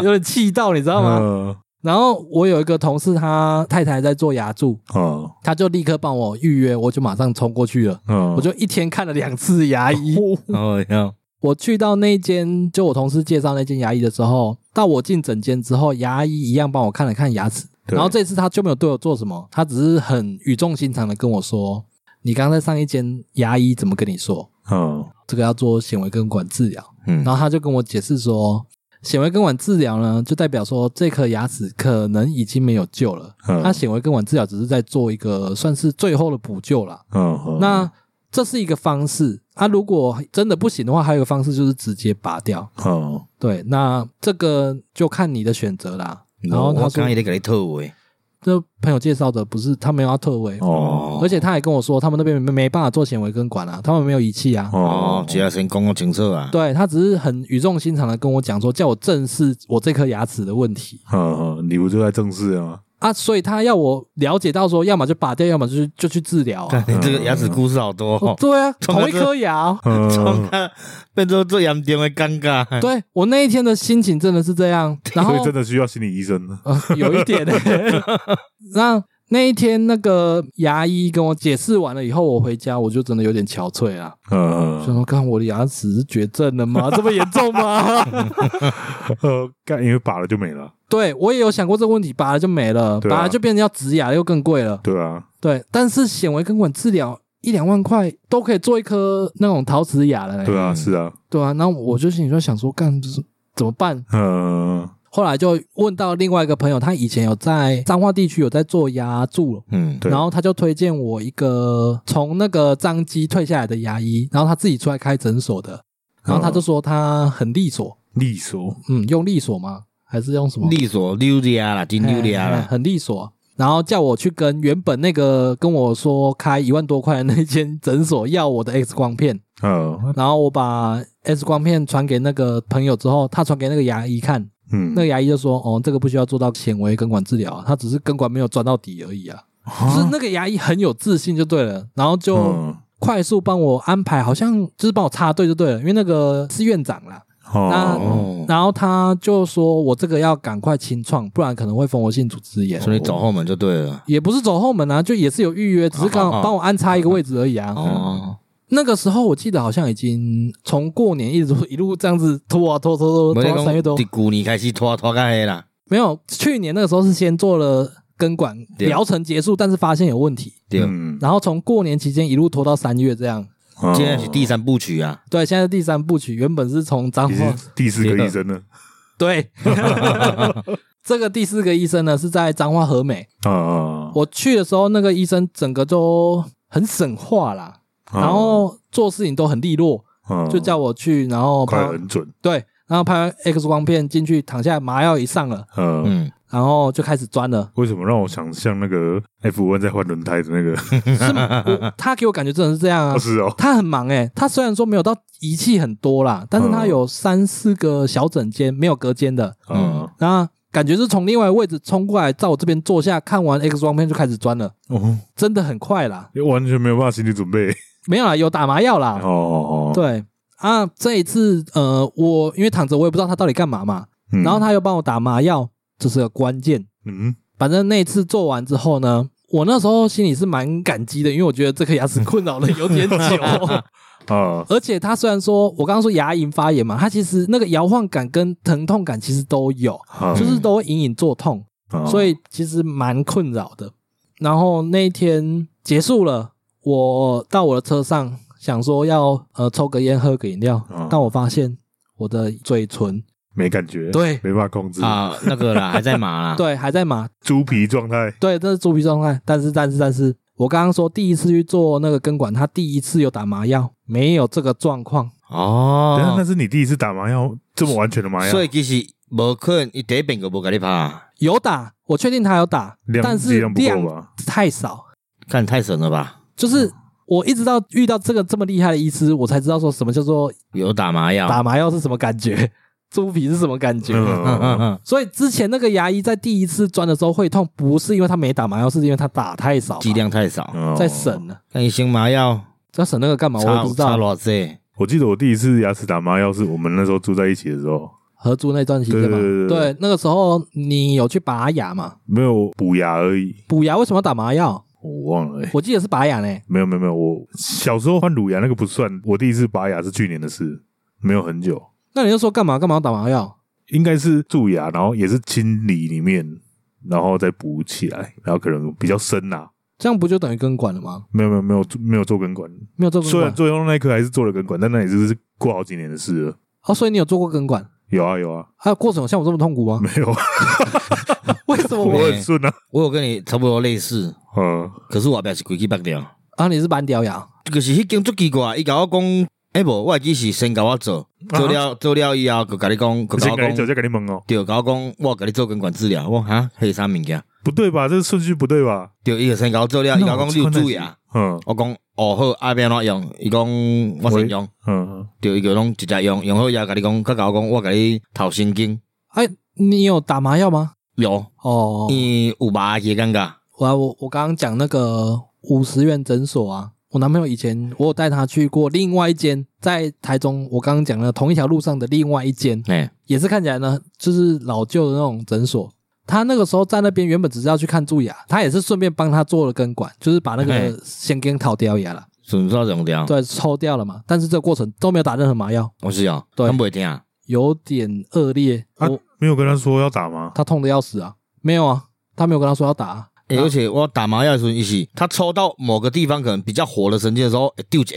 Speaker 1: 有点气到你知道吗？
Speaker 3: 吗？
Speaker 1: 然后我有一个同事，他太太在做牙柱，
Speaker 3: 嗯
Speaker 1: 他就立刻帮我预约，我就马上冲过去了。
Speaker 3: 嗯，
Speaker 1: 我就一天看了两次牙医。
Speaker 2: 哦哟，
Speaker 1: 我去到那间，就我同事介绍那间牙医的时候，到我进诊间之后，牙医一样帮我看了看牙齿。
Speaker 3: 对
Speaker 1: 然后这次他就没有对我做什么，他只是很语重心长的跟我说：“你刚才上一间牙医怎么跟你说？
Speaker 3: 嗯
Speaker 1: 这个要做显微根管治疗。”
Speaker 2: 嗯
Speaker 1: 然后他就跟我解释说，显微根管治疗呢，就代表说这颗牙齿可能已经没有救了。
Speaker 3: 嗯
Speaker 1: 那显微根管治疗只是在做一个算是最后的补救啦。
Speaker 3: 嗯，
Speaker 1: 那这是一个方式啊，如果真的不行的话，还有一个方式就是直接拔掉。
Speaker 3: 嗯
Speaker 1: 对，那这个就看你的选择啦。然后他
Speaker 2: 嗯我
Speaker 1: 说
Speaker 2: 刚，也给你退位，
Speaker 1: 这朋友介绍的不是他没有要特威，
Speaker 3: 哦
Speaker 1: 而且他还跟我说，他们那边没没办法做显微根管啊，他们没有仪器啊。
Speaker 2: 哦，只要先讲个清楚啊，
Speaker 1: 对他只是很语重心长的跟我讲说，叫我正视我这颗牙齿的问题
Speaker 3: 嗯嗯，你不就在正式了吗？
Speaker 1: 啊，所以他要我了解到说，要么就拔掉，要么就是就去治疗啊。
Speaker 2: 看你这个牙齿故事好多
Speaker 1: 哦
Speaker 2: 哦，
Speaker 1: 对啊，
Speaker 2: 从
Speaker 1: 同
Speaker 2: 来
Speaker 1: 一颗牙哦、
Speaker 2: 从
Speaker 3: 嗯，
Speaker 2: 他 变成最严重的尴尬，
Speaker 3: 哎
Speaker 1: 对我那一天的心情真的是这样，然后
Speaker 3: 所以真的需要心理医生呢。
Speaker 1: 呃，有一 点、那那一天那个牙医跟我解释完了以后，我回家我就真的有点憔悴啊，
Speaker 3: 嗯
Speaker 1: 想，说看我的牙齿是绝症了吗？这么严重吗？
Speaker 3: 呃，干，因为拔了就没了，
Speaker 1: 对我也有想过这个问题，拔了就没了，
Speaker 3: 对啊
Speaker 1: 拔了就变成要植牙又更贵了。
Speaker 3: 对啊，
Speaker 1: 对，但是显微根管治疗一两万块都可以做一颗那种陶瓷牙了嘞。
Speaker 3: 对啊，
Speaker 2: 嗯
Speaker 3: 是啊，
Speaker 1: 对啊，那我就心里就想说，干就是怎么办？
Speaker 3: 嗯
Speaker 1: 后来就问到另外一个朋友，他以前有在彰化地区有在做牙柱了。
Speaker 2: 嗯，
Speaker 3: 对
Speaker 1: 然后他就推荐我一个从那个张基退下来的牙医，然后他自己出来开诊所的，然后他就说他很利索，
Speaker 3: 利索，
Speaker 1: 嗯，用利索吗？还是用什么？
Speaker 2: 利索溜的啊啦，真溜的啊
Speaker 1: 哎哎
Speaker 2: 啦，
Speaker 1: 很利索。然后叫我去跟原本那个跟我说开一万多块的那间诊所要我的 X 光片，
Speaker 3: 嗯
Speaker 1: 然后我把 X 光片传给那个朋友之后，他传给那个牙医看，
Speaker 3: 嗯
Speaker 1: 那，个牙医就说：“哦，这个不需要做到显微根管治疗啊，他只是根管没有钻到底而已啊。”就是那个牙医很有自信就对了，然后就
Speaker 3: 嗯
Speaker 1: 快速帮我安排，好像就是帮我插队就对了，因为那个是院长啦。
Speaker 3: 哦，
Speaker 2: 哦，
Speaker 1: 然后他就说我这个要赶快清创，不然可能会蜂窝性组织炎。
Speaker 2: 所以走后门就对了，
Speaker 1: 也不是走后门啊，就也是有预约，只是刚
Speaker 2: 哦哦
Speaker 1: 好
Speaker 2: 哦
Speaker 1: 帮我安插一个位置而已啊。
Speaker 2: 哦，
Speaker 1: 那个时候我记得好像已经从过年一直一路这样子拖啊拖拖拖拖
Speaker 2: 没
Speaker 1: 拖到
Speaker 2: 讲
Speaker 1: 三月多，
Speaker 2: 从旧年开始拖拖到黑啦，
Speaker 1: 没有。去年那个时候是先做了根管
Speaker 2: 对
Speaker 1: 疗程结束，但是发现有问题，
Speaker 2: 对，
Speaker 3: 嗯，哦
Speaker 1: 然后从过年期间一路拖到三月这样。
Speaker 2: 现在是第三部曲啊，
Speaker 1: 对，现在第三部曲原本是从彰
Speaker 3: 已
Speaker 1: 化
Speaker 3: 经，第四个医生了，
Speaker 1: 对，这个第四个医生呢是在彰化和美。
Speaker 3: 啊啊，
Speaker 1: 我去的时候，那个医生整个都很省话啦，
Speaker 3: 嗯
Speaker 1: 然后做事情都很利落，
Speaker 3: 嗯
Speaker 1: 就叫我去，然后
Speaker 3: 快
Speaker 1: 拍
Speaker 3: 很准，
Speaker 1: 对，然后拍 X 光片进去躺下，麻药一上了，
Speaker 3: 嗯，
Speaker 2: 嗯，
Speaker 1: 然后就开始钻 了。
Speaker 3: 为什么让我想象那个 F 1在换轮胎的那个？
Speaker 1: 是我他给我感觉真的是这样啊
Speaker 3: 不， 是哦，
Speaker 1: 他很忙诶、欸他虽然说没有到仪器很多啦，但是他
Speaker 3: 嗯
Speaker 1: 有三四个小枕间，没有隔间的，
Speaker 3: 嗯，
Speaker 1: 那感觉是从另外位置冲过来，在我这边坐下，看完 X 光片就开始钻了，
Speaker 3: 哦，
Speaker 1: 真的很快啦。
Speaker 3: 完全没有办法心理准备，
Speaker 1: 没有啦，有打麻药啦。
Speaker 3: 哦哦，哦，
Speaker 1: 对啊，这一次呃，我因为躺着，我也不知道他到底干嘛嘛，
Speaker 3: 嗯
Speaker 1: 然后，他又帮我打麻药，这是个关键。
Speaker 3: 嗯，
Speaker 1: 反正那一次做完之后呢，我那时候心里是蛮感激的，因为我觉得这颗牙齿困扰了有点久。
Speaker 3: 啊，
Speaker 1: 而且它虽然说我刚刚说牙龈发炎嘛，它其实那个摇晃感跟疼痛感其实都有，
Speaker 3: 啊
Speaker 1: 就是都会隐隐作痛，
Speaker 3: 啊
Speaker 1: 所以其实蛮困扰的。然后那一天结束了，我到我的车上想说要呃抽个烟喝个饮料
Speaker 3: 嗯，
Speaker 1: 但我发现我的嘴唇
Speaker 3: 没感觉，
Speaker 1: 对
Speaker 3: 没办法控制，
Speaker 2: 啊，那个啦，还在麻啦，
Speaker 1: 对还在麻，
Speaker 3: 猪皮状态，
Speaker 1: 对，这是猪皮状态。但是但是但是我刚刚说第一次去做那个根管，他第一次有打麻药，没有这个状况。
Speaker 3: 等一下那
Speaker 2: 哦，
Speaker 3: 是你第一次打麻药这么完全的麻药，
Speaker 2: 所以其实无可能，伊第一遍个无甲你拍，
Speaker 1: 有打，我确定他有打
Speaker 3: 量，
Speaker 1: 但
Speaker 3: 剂
Speaker 1: 是
Speaker 3: 量不够吧
Speaker 1: 量太少，
Speaker 2: 看太神了吧？
Speaker 1: 就是我一直到遇到这个这么厉害的医师，我才知道说什么叫做
Speaker 2: 有打麻药，
Speaker 1: 打麻药是什么感觉， 猪皮是什么感觉。
Speaker 3: 嗯
Speaker 2: 嗯嗯嗯，
Speaker 1: 所以之前那个牙医在第一次钻的时候会痛，不是因为他没打麻药，是因为他打太少嘛，
Speaker 2: 剂量太少，
Speaker 3: 哦
Speaker 1: 在省呢。
Speaker 2: 那医生麻药
Speaker 1: 要省那个干嘛？我也
Speaker 2: 差
Speaker 1: 不知道。
Speaker 2: 差偌济，
Speaker 3: 我记得我第一次牙齿打麻药是我们那时候住在一起的时候，
Speaker 1: 合租那段期间嘛，
Speaker 3: 对对对对
Speaker 1: 对，那个时候你有去拔牙嘛？
Speaker 3: 没有补牙而已，
Speaker 1: 补牙为什么要打麻药？
Speaker 3: 我忘了、欸。
Speaker 1: 我记得是拔牙呢。
Speaker 3: 没有没有没有，我小时候换乳牙那个不算，我第一次拔牙是去年的事，没有很久，
Speaker 1: 那你就说干嘛干嘛要打麻药？
Speaker 3: 应该是蛀牙，然后也是清理里面，然后再补起来，然后可能比较深呐、
Speaker 1: 这样不就等于根管了吗？
Speaker 3: 没有没有没有没有做根管，
Speaker 1: 没有做根
Speaker 3: 虽然
Speaker 1: 管
Speaker 3: 最后那一颗还是做了根管，但那也是过好几年的事了。
Speaker 1: 哦，所以你有做过根管？
Speaker 3: 有啊有啊，
Speaker 1: 还有过程有像我这么痛苦吗？
Speaker 3: 没有，啊，
Speaker 1: 为什么 我
Speaker 3: 我很顺啊。
Speaker 2: 我有跟你差不多类似，
Speaker 3: 嗯，
Speaker 2: 可是我表是规矩白掉，
Speaker 1: 啊？你是板掉牙？
Speaker 2: 就是迄间足奇怪，伊甲我讲，哎无，我只是先甲我做，做了做了以后，佮甲你讲，佮
Speaker 3: 先
Speaker 2: 甲
Speaker 3: 给
Speaker 2: 我
Speaker 3: 你酒，
Speaker 2: 讲，
Speaker 3: 再给你蒙哦，
Speaker 2: 对，甲我讲，我甲你做根管治疗，我哈，迄是啥物件？
Speaker 3: 不对吧？这个顺序不对吧？
Speaker 2: 对，伊就先甲我做了，伊甲我讲你有蛀牙，
Speaker 3: 嗯
Speaker 2: 我讲哦好，爱变怎用？伊讲我先用，
Speaker 3: 嗯，
Speaker 2: 对，伊就拢直接用，用好以后甲你讲，佮甲我讲，我甲你头神经
Speaker 1: 哎，你有打麻药吗？
Speaker 2: 有，
Speaker 1: 哦，
Speaker 3: 嗯
Speaker 2: 伊有麻个感觉，
Speaker 1: 我啊我我刚刚讲那个五十元诊所啊，我男朋友以前我有带他去过另外一间，在台中，我刚刚讲的同一条路上的另外一间，
Speaker 2: 哎，
Speaker 1: 也是看起来呢就是老旧的那种诊所。他那个时候在那边原本只是要去看蛀牙，他也是顺便帮他做了根管，就是把那
Speaker 2: 嘿哦
Speaker 1: 个先根烤掉牙了，
Speaker 2: 顺手用掉，
Speaker 1: 对，抽掉了嘛。但是这个过程都没有打任何麻药，
Speaker 2: 我是哦，
Speaker 1: 对
Speaker 2: 他袂听，
Speaker 1: 有点恶劣。
Speaker 3: 啊
Speaker 1: 我
Speaker 3: 没有跟他说要打吗？
Speaker 1: 他痛的要死啊，没有啊，他没有跟他说要打啊、
Speaker 2: 欸而且我打麻药的时候，伊是他抽到某个地方可能比较火的神经的时候，会丢一下，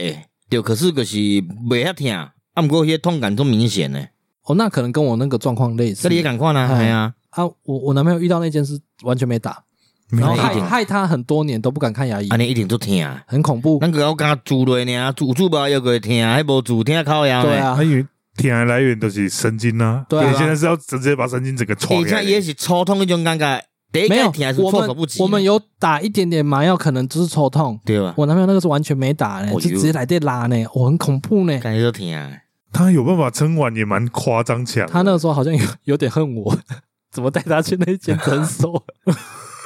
Speaker 2: 对，可是就是袂遐疼，啊，毋过迄个痛感足明显呢。
Speaker 1: 哦，那可能跟我那个状况类似
Speaker 2: 这。里也敢看啊，
Speaker 1: 嗯
Speaker 2: 哎呀，
Speaker 1: 啊，我我男朋友遇到那件事完全没打，
Speaker 3: 没
Speaker 1: 然后
Speaker 3: 有
Speaker 2: 一
Speaker 1: 害
Speaker 2: 点啊
Speaker 1: 害他很多年都不敢看牙医
Speaker 2: 安，尼一定足疼。
Speaker 1: 很恐怖。
Speaker 2: 咱个我刚住落呢，住住吧又个疼，还无住疼靠呀。
Speaker 1: 对，啊
Speaker 3: 他，因为天然来源都是神经呐、啊，
Speaker 1: 对啊
Speaker 3: 现在是要直接把神经整个戳
Speaker 2: 而
Speaker 3: 开
Speaker 2: 且。也是抽痛迄种感觉，第一
Speaker 1: 没有
Speaker 2: 个疼是
Speaker 1: 我
Speaker 2: 措手不
Speaker 1: 们
Speaker 2: 及。啊
Speaker 1: 我们有打一点点麻药，可能就是抽痛。
Speaker 2: 对吧？
Speaker 1: 我男朋友那个是完全没打呢、
Speaker 2: 哦
Speaker 1: 就
Speaker 2: 哟
Speaker 1: 直接来电拉呢、我很恐怖呢、
Speaker 2: 感觉足疼。啊
Speaker 3: 他有办法撑完也蛮夸张强的。
Speaker 1: 他那个时候好像有 有点恨我，怎么带他去那间诊 所？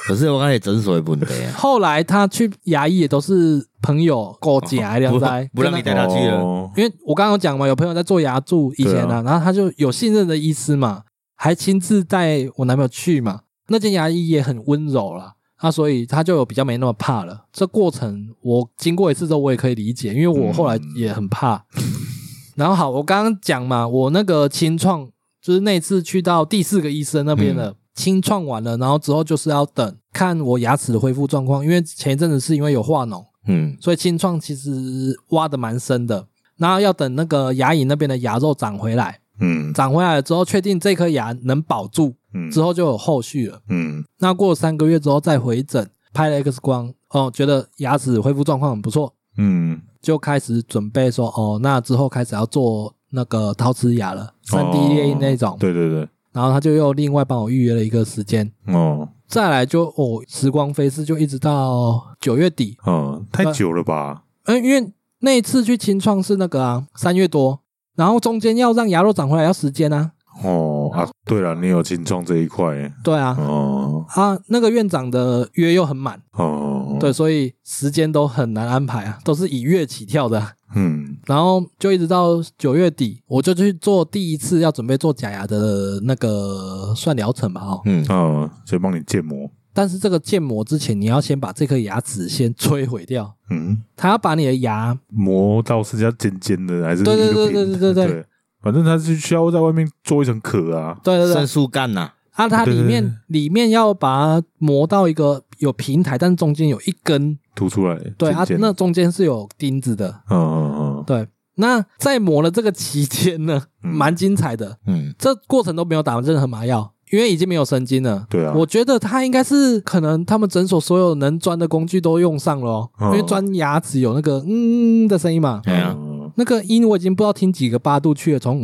Speaker 2: 可是我感觉诊所的问题 啊，
Speaker 1: 后来他去牙医也都是朋友勾结啊，两灾
Speaker 2: 哦不不让你带他去了。
Speaker 3: 哦
Speaker 1: 因为我刚刚有讲嘛，有朋友在做牙柱以前
Speaker 3: 对啊
Speaker 1: 啊，然后他就有信任的医师嘛，还亲自带我男朋友去嘛。那间牙医也很温柔啦，那所以他就有比较没那么怕了。这过程我经过一次之后，我也可以理解，因为我后来也很怕。
Speaker 3: 嗯
Speaker 1: 然后好，我刚刚讲嘛，我那个清创就是那次去到第四个医生那边
Speaker 3: 嗯
Speaker 1: 了，清创完了，然后之后就是要等看我牙齿的恢复状况，因为前一阵子是因为有化脓，
Speaker 2: 嗯，
Speaker 1: 所以清创其实挖的蛮深的。然后要等那个牙龈那边的牙肉长回来，
Speaker 3: 嗯
Speaker 1: 长回来了之后，确定这颗牙能保住，
Speaker 3: 嗯
Speaker 1: 之后就有后续了。
Speaker 3: 嗯
Speaker 1: 那过了三个月之后再回诊，拍了 X 光，哦，觉得牙齿恢复状况很不错，
Speaker 3: 嗯，
Speaker 1: 就开始准备说，哦，那之后开始要做那个陶瓷牙了，三 D
Speaker 3: 哦
Speaker 1: 列印那种。
Speaker 3: 对对对，
Speaker 1: 然后他就又另外帮我预约了一个时间，
Speaker 3: 哦，
Speaker 1: 再来就哦，时光飞逝，就一直到九月底。
Speaker 3: 嗯，太久了吧？
Speaker 1: 嗯，因为那一次去清创是那个啊，三月多，然后中间要让牙肉长回来要时间啊。
Speaker 3: 哦啊，对了，你有清创这一块，
Speaker 1: 对啊，
Speaker 3: 哦
Speaker 1: 啊，那个院长的约又很满，
Speaker 3: 哦，
Speaker 1: 对，，所以时间都很难安排啊，都是以月起跳的啊、
Speaker 3: 嗯
Speaker 1: 然后就一直到九月底，我就去做第一次要准备做假牙的那个算疗程吧，哦。
Speaker 2: 嗯，
Speaker 3: 哦，先帮你建模，
Speaker 1: 但是这个建模之前，你要先把这颗牙齿先摧毁掉，
Speaker 3: 嗯，
Speaker 1: 他要把你的牙
Speaker 3: 磨到是要尖尖的还是
Speaker 1: 对对
Speaker 3: 一个
Speaker 1: 对对
Speaker 3: 平
Speaker 1: 对对
Speaker 3: 的
Speaker 1: 对
Speaker 3: 对，反正它是需要在外面做一层壳啊，
Speaker 1: 对对
Speaker 2: 申
Speaker 1: 对，
Speaker 2: 诉干呐，
Speaker 1: 啊，它
Speaker 3: 对
Speaker 1: 里
Speaker 3: 对
Speaker 1: 面
Speaker 3: 对
Speaker 1: 里面要把它磨到一个有平台，但是中间有一根，
Speaker 3: 凸出来，
Speaker 1: 对啊
Speaker 3: 尖，尖
Speaker 1: 那中间是有钉子的，
Speaker 3: 嗯嗯嗯，
Speaker 1: 对。那在磨的这个期间呢，
Speaker 3: 嗯
Speaker 1: 蛮精彩的，
Speaker 2: 嗯，
Speaker 1: 这过程都没有打任何麻药，因为已经没有神经了。
Speaker 3: 对啊，
Speaker 1: 我觉得他应该是可能他们诊所所有能钻的工具都用上了、哦，因
Speaker 3: 嗯
Speaker 1: 为钻牙齿有那个嗯的声音嘛，
Speaker 2: 哎呀，
Speaker 3: 嗯
Speaker 1: 那个音我已经不知道听几个八度去了，从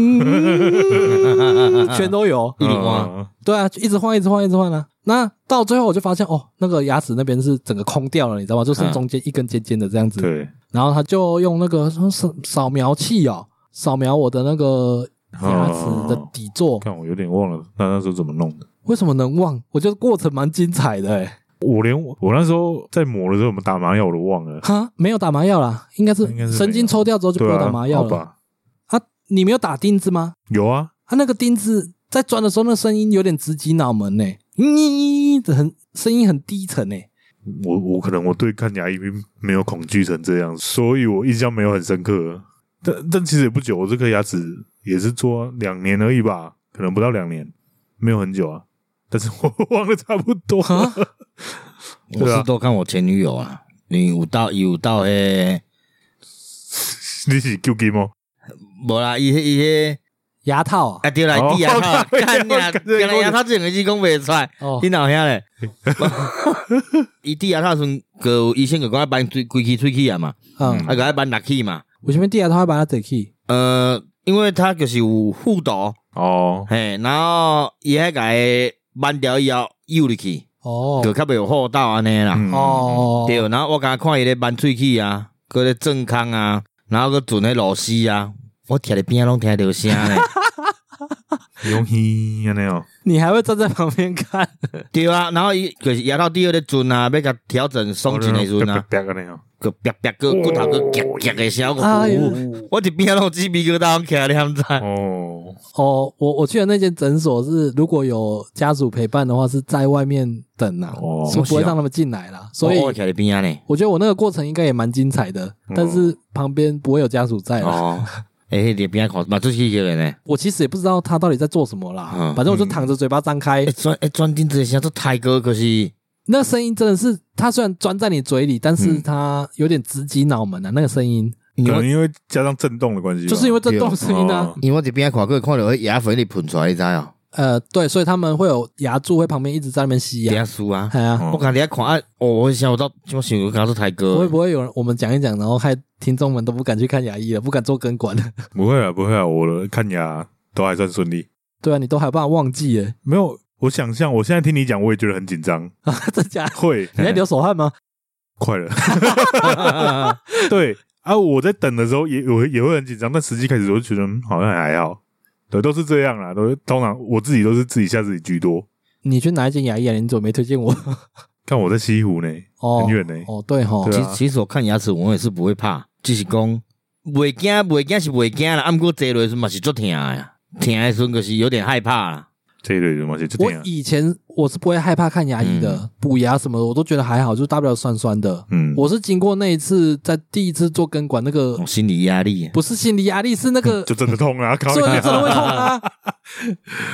Speaker 1: 嗯，全都有。
Speaker 2: 一零花，
Speaker 3: 嗯
Speaker 1: 对啊，一直换，一直换，一直换啊。那到最后我就发现，哦，那个牙齿那边是整个空掉了，你知道吗？就剩中间一根尖尖的这样子。
Speaker 3: 嗯对，
Speaker 1: 然后他就用那个扫扫描器哦，扫描我的那个牙齿的底座。
Speaker 3: 看我有点忘了那那时候怎么弄的。
Speaker 1: 为什么能忘？我觉得过程蛮精彩的、
Speaker 3: 嗯
Speaker 1: 欸。
Speaker 3: 我连我我那时候在磨的时候，我们打麻药我都忘了。
Speaker 1: 哈，没有打麻药啦，应该是
Speaker 3: 应该是没有
Speaker 1: 神经抽掉之后就不
Speaker 3: 对
Speaker 1: 用
Speaker 3: 啊，
Speaker 1: 打麻药
Speaker 3: 好
Speaker 1: 了。
Speaker 3: 吧？
Speaker 1: 啊，你没有打钉子吗？
Speaker 3: 有啊，
Speaker 1: 啊，那个钉子在钻的时候，那声音有点直击脑门呢、欸，咦、这很声音很低沉呢、欸
Speaker 3: 我我可能我对看牙医并没有恐惧成这样，所以我印象没有很深刻。但但其实也不久，我这颗牙齿也是做两年而已吧，可能不到两年，没有很久啊。但是我 忘了差不多，
Speaker 1: 啊，
Speaker 2: 我
Speaker 3: 对啊
Speaker 2: 是都看我前女友啊，你有到有到嘿，
Speaker 3: 你是 QQ 吗？
Speaker 2: 无啦，伊迄伊迄
Speaker 1: 牙套啊，
Speaker 2: 啊对啦，
Speaker 3: 哦
Speaker 2: 伊牙套，
Speaker 3: 我
Speaker 2: 干你啊，
Speaker 3: 我我
Speaker 2: 干你牙套这两个字讲袂出来，
Speaker 1: 哦
Speaker 2: 你，老兄嘞， 伊滴牙套时阵，佮有医生佮讲帮规规齿喙齿啊嘛，
Speaker 1: 嗯，
Speaker 2: 啊佮帮六齿嘛，
Speaker 1: 我前面第二套还把它整去，
Speaker 2: 呃，因为他就是有护导，
Speaker 3: 哦，
Speaker 2: 嘿，然后伊迄个扳掉以后幼入去，
Speaker 1: 哦，
Speaker 2: 就较袂有厚道安尼啦。
Speaker 3: 嗯
Speaker 1: 哦，
Speaker 2: 对，然后我刚看伊咧扳喙齿啊，搁咧正康啊，然后搁准咧螺丝啊，我听咧边仔拢听着声咧。
Speaker 3: 用嘿安尼哦，
Speaker 1: 你还会站在旁边看，
Speaker 2: 对啊，然后伊就是压到第二咧准啊，要甲调整松紧的时阵啊，
Speaker 3: 啪啪啪安尼哦，
Speaker 2: 个啪啪个骨头个夹夹的声，我
Speaker 1: 哎呦
Speaker 2: 我一边仔拢鸡皮疙瘩拢起来，你毋知？
Speaker 1: 哎
Speaker 3: 哦，
Speaker 1: 哦，我我去的那间诊所是，如果有家属陪伴的话，是在外面等啊，
Speaker 3: 哦
Speaker 1: 是不会让他们进来啦，所以
Speaker 2: 哦我我徛咧边仔啊咧。
Speaker 1: 我觉得我那个过程应该也蛮精彩的，但是旁边不会有家属在啦。
Speaker 2: 哦， 诶，迄个边仔看嘛，出去一个人呢。
Speaker 1: 我其实也不知道他到底在做什么啦，
Speaker 2: 嗯
Speaker 1: 反正我就躺着嘴巴张开
Speaker 2: 诶，，钻诶，钻钉子的声做泰哥，可是
Speaker 1: 那声音真的是，它虽然钻在你嘴里，但是它有点直击脑门啊，那个声音
Speaker 2: 因
Speaker 3: 可
Speaker 2: 为我
Speaker 3: 能因为加上震动的关系吧，
Speaker 1: 就是因为震动声音啊
Speaker 3: 哦。
Speaker 2: 因为我一边仔看，佮看到迄牙粉咧喷出来，你知哦？
Speaker 1: 呃，对，所以他们会有牙柱会旁边一直在那边吸
Speaker 2: 底
Speaker 1: 牙，
Speaker 2: 下输啊！
Speaker 1: 哎呀，
Speaker 3: 哦
Speaker 2: 我刚底下看啊，哦，我想我到，我想我刚做泰哥
Speaker 1: 会。不会有人我们讲一讲，然后害听众们都不敢去看牙医了，不敢做根管了？
Speaker 3: 不会啊，不会啊，我的看牙都还算顺利。
Speaker 1: 对啊，你都还有办法忘记耶？
Speaker 3: 没有，我想象，我现在听你讲，我也觉得很紧张。
Speaker 1: 啊，真假？
Speaker 3: 会，
Speaker 1: 你在流手汗吗？
Speaker 3: 快了。 对啊，我在等的时候也我也会很紧张，但实际开始我就觉得嗯好像还好。对，都是这样啦，都是通常我自己都是自己吓自己居多。
Speaker 1: 你去哪一间牙医啊？你怎么没推荐我？
Speaker 3: 看我在西湖呢，
Speaker 1: 哦，
Speaker 3: 很远呢
Speaker 1: 哦，对吼
Speaker 3: 对，
Speaker 2: 其
Speaker 3: 啊
Speaker 2: 其实我看牙齿，我也是不会怕，只是讲袂惊，袂惊是袂惊啦，啊，毋过坐落时嘛是足疼的啊，疼的时阵就是有点害怕啦。
Speaker 3: 这一啊类的嘛，就这
Speaker 1: 我
Speaker 3: 样。
Speaker 1: 以前我是不会害怕看牙医的，补牙什么的我都觉得还好，就大不了酸酸的。
Speaker 3: 嗯，哦
Speaker 1: 我是经过那一次，在第一次做根管那个
Speaker 2: 我心理压力。
Speaker 1: 不是心理压力，是那个
Speaker 3: 就真的 痛啊，靠
Speaker 1: 做
Speaker 3: 呀
Speaker 1: 人真的会痛 啊！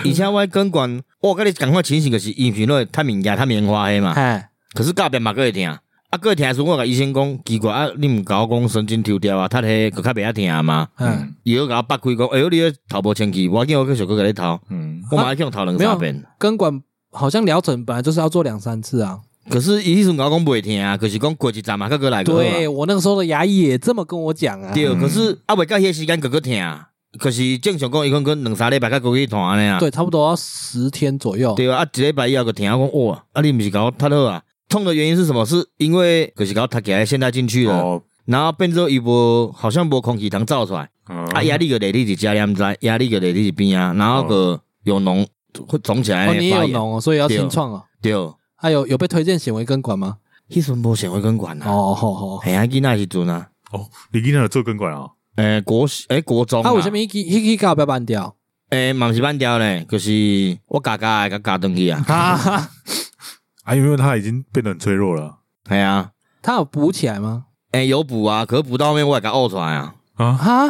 Speaker 2: 以前我的根管，我跟你赶快情形就是因为落探物件、探棉
Speaker 3: 啊
Speaker 2: 花黑嘛，
Speaker 1: 哎，
Speaker 2: 可是隔壁嘛个会疼，啊个会疼的时候我甲医生讲奇怪啊，你毋甲我讲神经抽掉啊，他迄个较袂晓疼嘛，
Speaker 1: 嗯，
Speaker 2: 伊又甲我掰开讲，哎呦你迄头无清气，我见我继续去甲你头，
Speaker 3: 嗯，
Speaker 2: 我嘛去用头两
Speaker 1: 没有
Speaker 2: 三遍，
Speaker 1: 根管好像疗程本来就是要做两三次啊，
Speaker 2: 可是伊迄阵甲我讲袂听啊，可、就是讲过一站嘛，佮佮来过啊。
Speaker 1: 对我那个时候的牙医也这么跟我讲啊。
Speaker 2: 对，
Speaker 3: 嗯
Speaker 2: 可是啊，未到迄个时间佮佮听，啊可是正常讲伊讲佮两三礼拜佮佮去团尼啊。
Speaker 1: 对，差不多要十天左右。
Speaker 2: 对啊，啊一礼拜以后佮听我讲哇，啊你毋是甲我踢好啊？痛的原因是什么？是因为可是甲我踢起来，现在进去了，
Speaker 3: 哦，
Speaker 2: 然后变做伊无好像无空气通造出来，啊
Speaker 1: 哦
Speaker 3: 啊
Speaker 2: 压力个累你伫遮，你毋知压力个累你伫边啊，然后个有脓会肿起来
Speaker 1: 哦，你也
Speaker 2: 发
Speaker 1: 有
Speaker 2: 炎，
Speaker 1: 脓哦，所以要
Speaker 2: 对
Speaker 1: 清创哦。
Speaker 2: 对，
Speaker 1: 还有有被推荐显微根管吗？
Speaker 2: 迄阵无想会根管啊，
Speaker 1: 哦，好好。
Speaker 2: 嘿啊囡仔时阵啊，呃
Speaker 3: 哦，你今天有做根管啊？
Speaker 2: 诶国诶国中
Speaker 1: 啊，为什么一一一搞不要办掉？
Speaker 2: 诶，嘛毋是半条咧，就是我家家诶，甲家转去啊，
Speaker 1: 啊，
Speaker 3: 啊，因为他已经变得很脆弱了
Speaker 2: 系啊，
Speaker 1: 他有补起来吗？
Speaker 2: 诶，有补啊，可是补到后面我也甲呕出来啊，
Speaker 3: 啊
Speaker 1: 哈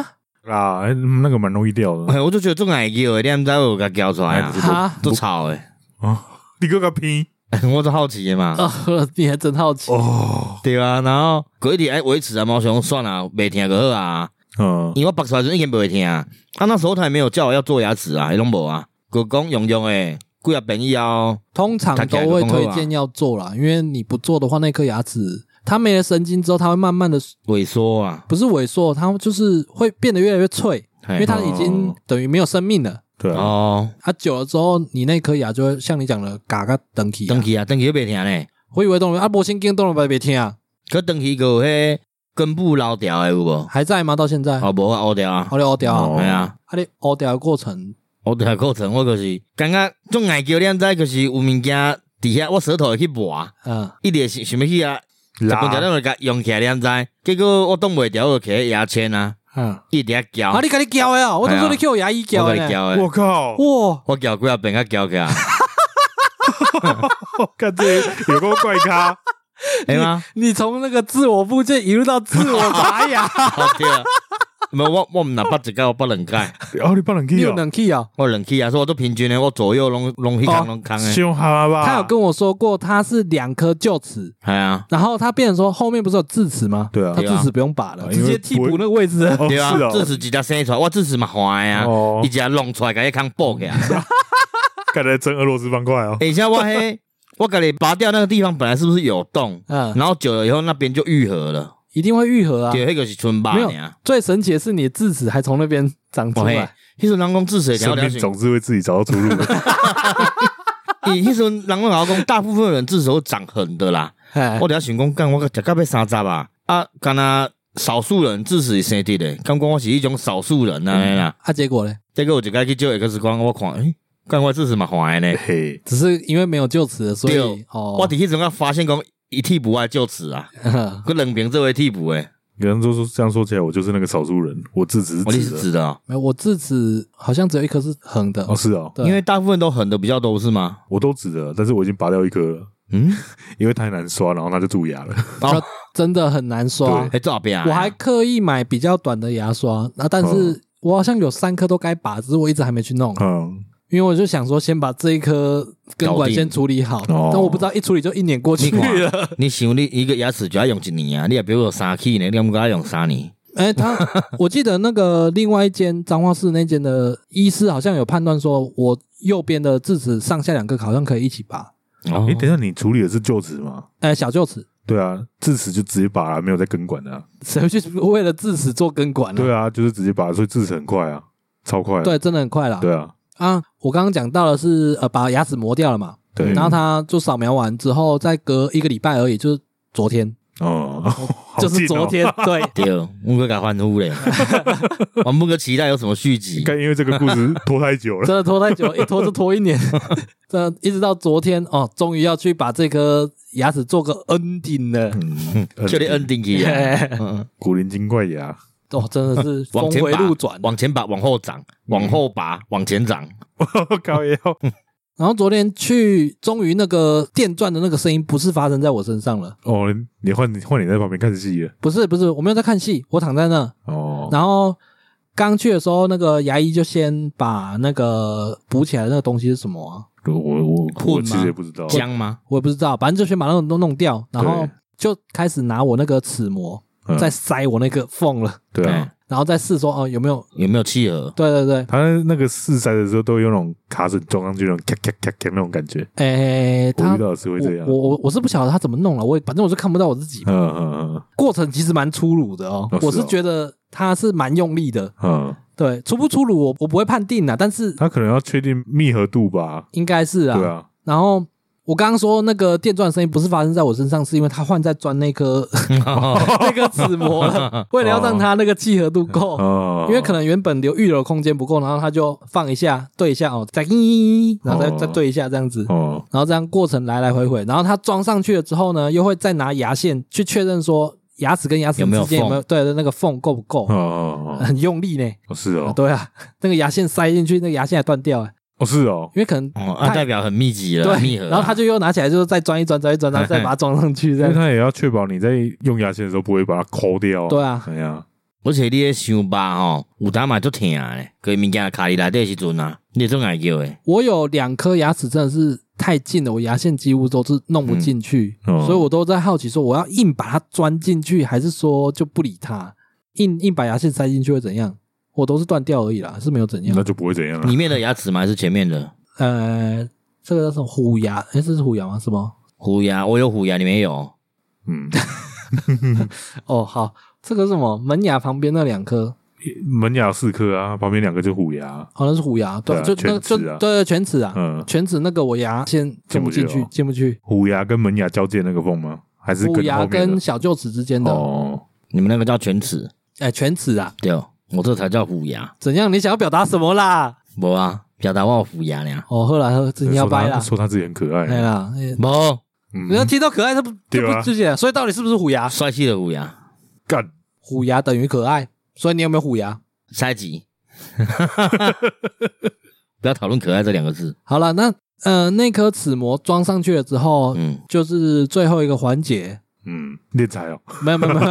Speaker 3: 啊，哎那个蛮容易掉的
Speaker 2: 嘿，我就觉得中矮叫诶，你也毋知我有甲叫出来
Speaker 3: 哎
Speaker 2: 啊
Speaker 3: 不，
Speaker 1: 哈，
Speaker 2: 都吵诶，
Speaker 3: 啊，你个个拼
Speaker 2: 我都好奇诶嘛，
Speaker 1: 呃，你还真好奇。
Speaker 3: 哦，
Speaker 2: 对啊，然后过一直爱维持啊，毛想算啊，袂听就好啊，
Speaker 3: 嗯，
Speaker 2: 因为我拔出来的时候已经袂听啊，啊那时候他也没有叫我要做牙齿啊，伊拢无啊，佮讲用用诶，几啊便宜啊，
Speaker 1: 通常都会推荐要做啦，因为你不做的话，那颗牙齿它没了神经之后，它会慢慢的
Speaker 2: 萎缩啊，
Speaker 1: 不是萎缩，它就是会变得越来越脆，因
Speaker 2: 因
Speaker 1: 为它已经等于没有生命了。
Speaker 3: 对啊，
Speaker 2: 哦，
Speaker 1: 它久了之后，你那颗牙就会像你讲的嘎嘎登起。
Speaker 2: 登去啊，登去袂听咧，
Speaker 1: 我以为动了啊，波心跟动了白别听啊，
Speaker 2: 佮登去有迄根部老掉诶有无？
Speaker 1: 还在吗？到现在，
Speaker 2: 哦，无啊，乌掉啊
Speaker 1: 好，嘞，凹掉啊，
Speaker 3: 哦
Speaker 2: 系啊，
Speaker 1: 啊，你凹掉的过程，
Speaker 2: 乌掉的过程我就是感觉种爱叫你知，就是有物件伫遐，我舌头会去磨，
Speaker 1: 嗯，
Speaker 2: 一直想想要去啊，十分钟
Speaker 3: 拉，
Speaker 2: 就甲用起来你知，结果我挡袂牢，我就摕牙签啊，
Speaker 1: 嗯，
Speaker 2: 一直遐
Speaker 1: 啊，
Speaker 2: 搅，
Speaker 1: 你赶紧教呀！我都说你叫我牙医教
Speaker 2: 我
Speaker 1: 的
Speaker 2: 甲
Speaker 1: 呢。
Speaker 2: 你搅
Speaker 3: 我
Speaker 2: 诶，
Speaker 3: 靠，
Speaker 1: 哇，
Speaker 2: 我搅几啊遍甲搅起来，
Speaker 3: 看这有个怪咖，哎
Speaker 2: 会吗？
Speaker 1: 你从那个自我复健一路到自 我拔牙，
Speaker 2: 哦对啊，无我我毋若捌一届，我捌两届，
Speaker 3: 哦，你不能
Speaker 1: 你
Speaker 3: 去
Speaker 1: 有
Speaker 3: 哦，
Speaker 1: 能力啊！
Speaker 2: 我两去啊，所以我都平均诶，我左右拢拢迄空拢空诶，系
Speaker 3: 凶哈吧？
Speaker 1: 他有跟我说过，他是两颗臼齿，
Speaker 2: 啊，
Speaker 1: 然后他变成说后面不是有智齿吗？
Speaker 3: 对啊
Speaker 1: 他智齿不用拔
Speaker 3: 对
Speaker 1: 了，
Speaker 3: 啊
Speaker 1: 直接替补那个位置。
Speaker 3: 哦
Speaker 2: 对啊
Speaker 3: 是，哦
Speaker 2: 智齿一只生出来，我智齿嘛坏啊，
Speaker 3: 哦
Speaker 2: 一，只弄出来甲迄空补起来。
Speaker 3: 看来真俄罗斯方块哦，
Speaker 2: 等一下，我黑，我给你拔掉那个地方，本来是不是有洞？
Speaker 1: 嗯，
Speaker 2: 然后久了以后，那边就愈合了。
Speaker 1: 一定会愈合啊！
Speaker 2: 对，那个是春疤
Speaker 1: 没有
Speaker 2: 呀。
Speaker 1: 最神奇的是，你的智齿还从那边长出
Speaker 2: 嘿
Speaker 1: 来。，
Speaker 2: 迄阵人讲治水条
Speaker 3: 生
Speaker 2: 条
Speaker 3: 命
Speaker 2: 选，
Speaker 3: 总是会自己找到出路 的。
Speaker 2: 伊迄阵人讲老讲，大部分人治水都长横的啦。
Speaker 1: 哎
Speaker 2: 我，了想讲，干我食到要三十啊，啊，干那少数人治水生得的，敢讲我是一种少数人啊啦。
Speaker 1: 啊，结果嘞，
Speaker 2: 这个我一开去照 X 光，我看，诶，干我治水嘛坏呢。
Speaker 3: 嘿，
Speaker 1: 只是因为没有臼齿了，所以
Speaker 2: 对
Speaker 1: 哦，
Speaker 2: 我伫迄阵我发现讲，伊替补爱就此啊，佮两边做为替补诶，
Speaker 3: 有人就说这样说起来，我就是那个少数人，我自只是
Speaker 2: 我你是
Speaker 3: 指的。
Speaker 2: 指的哦，
Speaker 1: 没有，我智齿好像只有一颗是横的
Speaker 3: 哦，，是哦，
Speaker 1: 对，
Speaker 2: 因为大部分都横的比较多是吗？
Speaker 3: 我都指的，但是我已经拔掉一颗了，
Speaker 2: 嗯，
Speaker 3: 因为太难刷，然后它就蛀牙了。
Speaker 1: 它真的很难刷。
Speaker 2: 还照片啊？
Speaker 1: 我还刻意买比较短的牙刷，那但
Speaker 3: 嗯
Speaker 1: 是我好像有三颗都该拔，只是我一直还没去弄，
Speaker 3: 嗯，
Speaker 1: 因为我就想说先把这一颗根
Speaker 2: 搞
Speaker 1: 管
Speaker 2: 定
Speaker 1: 先处理好，
Speaker 3: 哦
Speaker 1: 但我不知道一处理就一年过去
Speaker 2: 你看
Speaker 1: 了。，
Speaker 2: 你想你一个牙齿就要用一年啊，你也比如说三期呢，你唔该用三年，
Speaker 1: 哎， 他我记得那个另外一间彰化市那间的医师好像有判断说，我右边的智齿上下两个好像可以一起拔，
Speaker 2: 哦
Speaker 3: 哎诶，等一下你处理的是臼齿吗？
Speaker 1: 哎，小臼齿。
Speaker 3: 对啊，智齿就直接拔了，没有再根管的啊。
Speaker 1: 谁会去为了智齿做根管呢、
Speaker 3: 对啊，就是直接拔，所以智齿很快啊，超快
Speaker 1: 嗯
Speaker 3: 啊。
Speaker 1: 对，真的很快啦。
Speaker 3: 对啊，
Speaker 1: 啊，我刚刚讲到的是呃，把牙齿磨掉了嘛，
Speaker 3: 对。
Speaker 1: 然后他就扫描完之后，再隔一个礼拜而已，就是昨天，
Speaker 3: 哦， 好
Speaker 1: 就是
Speaker 3: 近哦
Speaker 1: 昨，天， 对，
Speaker 2: 对，我个该欢 呼嘞，我们个期待有什么续集？
Speaker 3: 该因为这个故事拖太久了。
Speaker 1: 真的拖太 久，一拖就拖一年， 真的一直到昨天哦，终于要去把这颗牙齿做个 ending 了，
Speaker 3: 嗯
Speaker 2: 就你 ending 去啊，
Speaker 1: 嘿
Speaker 2: 嗯
Speaker 3: 古灵精怪牙，
Speaker 1: 哦，真的 是
Speaker 2: 往
Speaker 1: 峰
Speaker 2: 前
Speaker 1: 回
Speaker 2: 拔
Speaker 1: 路转。嗯
Speaker 2: 往前拔，往后长，往后拔，往前长，
Speaker 3: 我靠也要
Speaker 1: 然后昨天去，终于那个电钻的那个声音不是发生在我身上了，
Speaker 3: 哦，你换换你在旁边看戏了
Speaker 1: 不是不是，我没有在看戏，我躺在那，
Speaker 3: 哦，
Speaker 1: 然后刚去的时候，那个牙医就先把那个补起来的那个东西是什么啊？
Speaker 3: 我我我
Speaker 2: 混
Speaker 3: 其
Speaker 2: 吗
Speaker 3: 实也不知道，
Speaker 2: 姜吗？
Speaker 1: 我也不知道，反正就先把那种都弄掉，然后
Speaker 3: 对
Speaker 1: 就开始拿我那个齿模
Speaker 3: 嗯
Speaker 1: 在塞我那个缝了。
Speaker 3: 对啊，
Speaker 1: 然后再试说哦有没有？
Speaker 2: 有没有 契合？
Speaker 1: 对对对，
Speaker 3: 他那个试塞的时候都有那种卡榫装上去那种咔咔咔咔那种感觉，
Speaker 1: 诶，
Speaker 3: 我
Speaker 1: 他
Speaker 3: 遇到的是会这样
Speaker 1: 我。我我我是不晓得他怎么弄了，我也反正我是看不到我自己。
Speaker 3: 嗯嗯
Speaker 1: 过程其实蛮粗鲁的哦，
Speaker 3: 哦是哦
Speaker 1: 我是觉得他是蛮用力的，
Speaker 3: 嗯嗯，
Speaker 1: 对，粗不粗鲁我我不会判定啦，但是
Speaker 3: 他可能要确定密合度吧？
Speaker 1: 应该是啊。
Speaker 3: 对啊，
Speaker 1: 然后我刚刚说那个电钻的声音不是发生在我身上，是因为他换在钻那 颗
Speaker 2: 哦
Speaker 1: 那个齿模了， 为了要让它那个契合度够。
Speaker 3: 哦，
Speaker 1: 因为可能原本留预留的空间不够，然后他就放一下，对一下哦，再咦，然后再、
Speaker 3: 哦
Speaker 1: 再对一下这样子，
Speaker 3: 哦，
Speaker 1: 然后这样过程来来回回，然后他装上去了之后呢，又会再拿牙线去确认说牙齿跟牙齿
Speaker 2: 有没有
Speaker 1: 之间有没有对的那个缝够不够，
Speaker 3: 哦 哦
Speaker 1: 很用力呢。
Speaker 3: 哦，是
Speaker 1: 啊
Speaker 3: 哦，
Speaker 1: 对啊， 那个牙线塞进去，那个牙线还断掉、欸，
Speaker 3: 哦是哦，
Speaker 1: 因为可能
Speaker 2: 哦，啊，
Speaker 1: 太
Speaker 2: 代表很密集了，密
Speaker 1: 对，
Speaker 2: 合啊。
Speaker 1: 然后他就又拿起来，就是再钻一钻，钻一钻，然后再把它装上去，这
Speaker 3: 因
Speaker 1: 样。
Speaker 3: 为 他也要确保你在用牙线的时候不会把它抠掉啊。
Speaker 1: 对啊
Speaker 3: 哎呀，
Speaker 2: 而且你的想吧吼，有当嘛足疼诶，个物件卡里内底的时阵啊，你总爱叫诶。
Speaker 1: 我有两颗牙齿真的是太近了，我牙线几乎都是弄不进去，
Speaker 3: 嗯哦
Speaker 1: 所以我都在好奇说，我要硬把它钻进去，还是说就不理它，硬硬把牙线塞进去会怎样？我都是断掉而已啦，是没有怎
Speaker 3: 那
Speaker 1: 样。
Speaker 3: 就不会怎样了
Speaker 2: 里。面的牙齿吗？还是前面的
Speaker 1: 呃，这个叫什么虎牙？哎，这是虎牙吗？什么？
Speaker 2: 虎牙？我有虎牙，你没有？
Speaker 3: 嗯，
Speaker 1: 哦，好，这个是什么门牙旁边那两颗，
Speaker 3: 门牙四颗啊，旁边两个就虎牙。
Speaker 1: 好像是虎牙，对，
Speaker 3: 对啊
Speaker 1: 就那
Speaker 3: 犬齿
Speaker 1: 就
Speaker 3: 啊
Speaker 1: 对对全齿啊，
Speaker 3: 嗯，
Speaker 1: 全齿那个我牙先进不进去，进不去。
Speaker 3: 虎牙跟门牙交界那个缝吗？还是
Speaker 1: 虎
Speaker 3: 跟
Speaker 1: 牙
Speaker 3: 后面
Speaker 1: 跟
Speaker 3: 的？
Speaker 1: 小臼齿之间的，
Speaker 3: 哦，
Speaker 2: 你们那个叫犬齿，
Speaker 1: 哎，犬齿啊，
Speaker 2: 对哦，我这才叫虎牙。
Speaker 1: 怎样？你想要表达什么啦？
Speaker 2: 无啊，表达我有虎牙俩。
Speaker 1: 哦，后来喝真要
Speaker 3: 说
Speaker 1: 掰
Speaker 3: 他
Speaker 1: 啦，
Speaker 3: 说他自己很可
Speaker 1: 哎
Speaker 3: 爱。
Speaker 1: 啦，哎
Speaker 2: 无
Speaker 3: 嗯
Speaker 1: 你要听到可爱，他不就
Speaker 3: 对啊
Speaker 1: 不自己，所以到底是不是虎牙？
Speaker 2: 帅气的虎牙，
Speaker 3: 干，
Speaker 1: 虎牙等于可爱，所以你有没有虎牙？
Speaker 2: 下一集。 不要讨论“可爱”这两个字。
Speaker 1: 好了，那呃，那颗齿膜装上去了之后，
Speaker 2: 嗯，
Speaker 1: 就是最后一个环节，
Speaker 3: 嗯，练财哦。
Speaker 1: 没有没有没有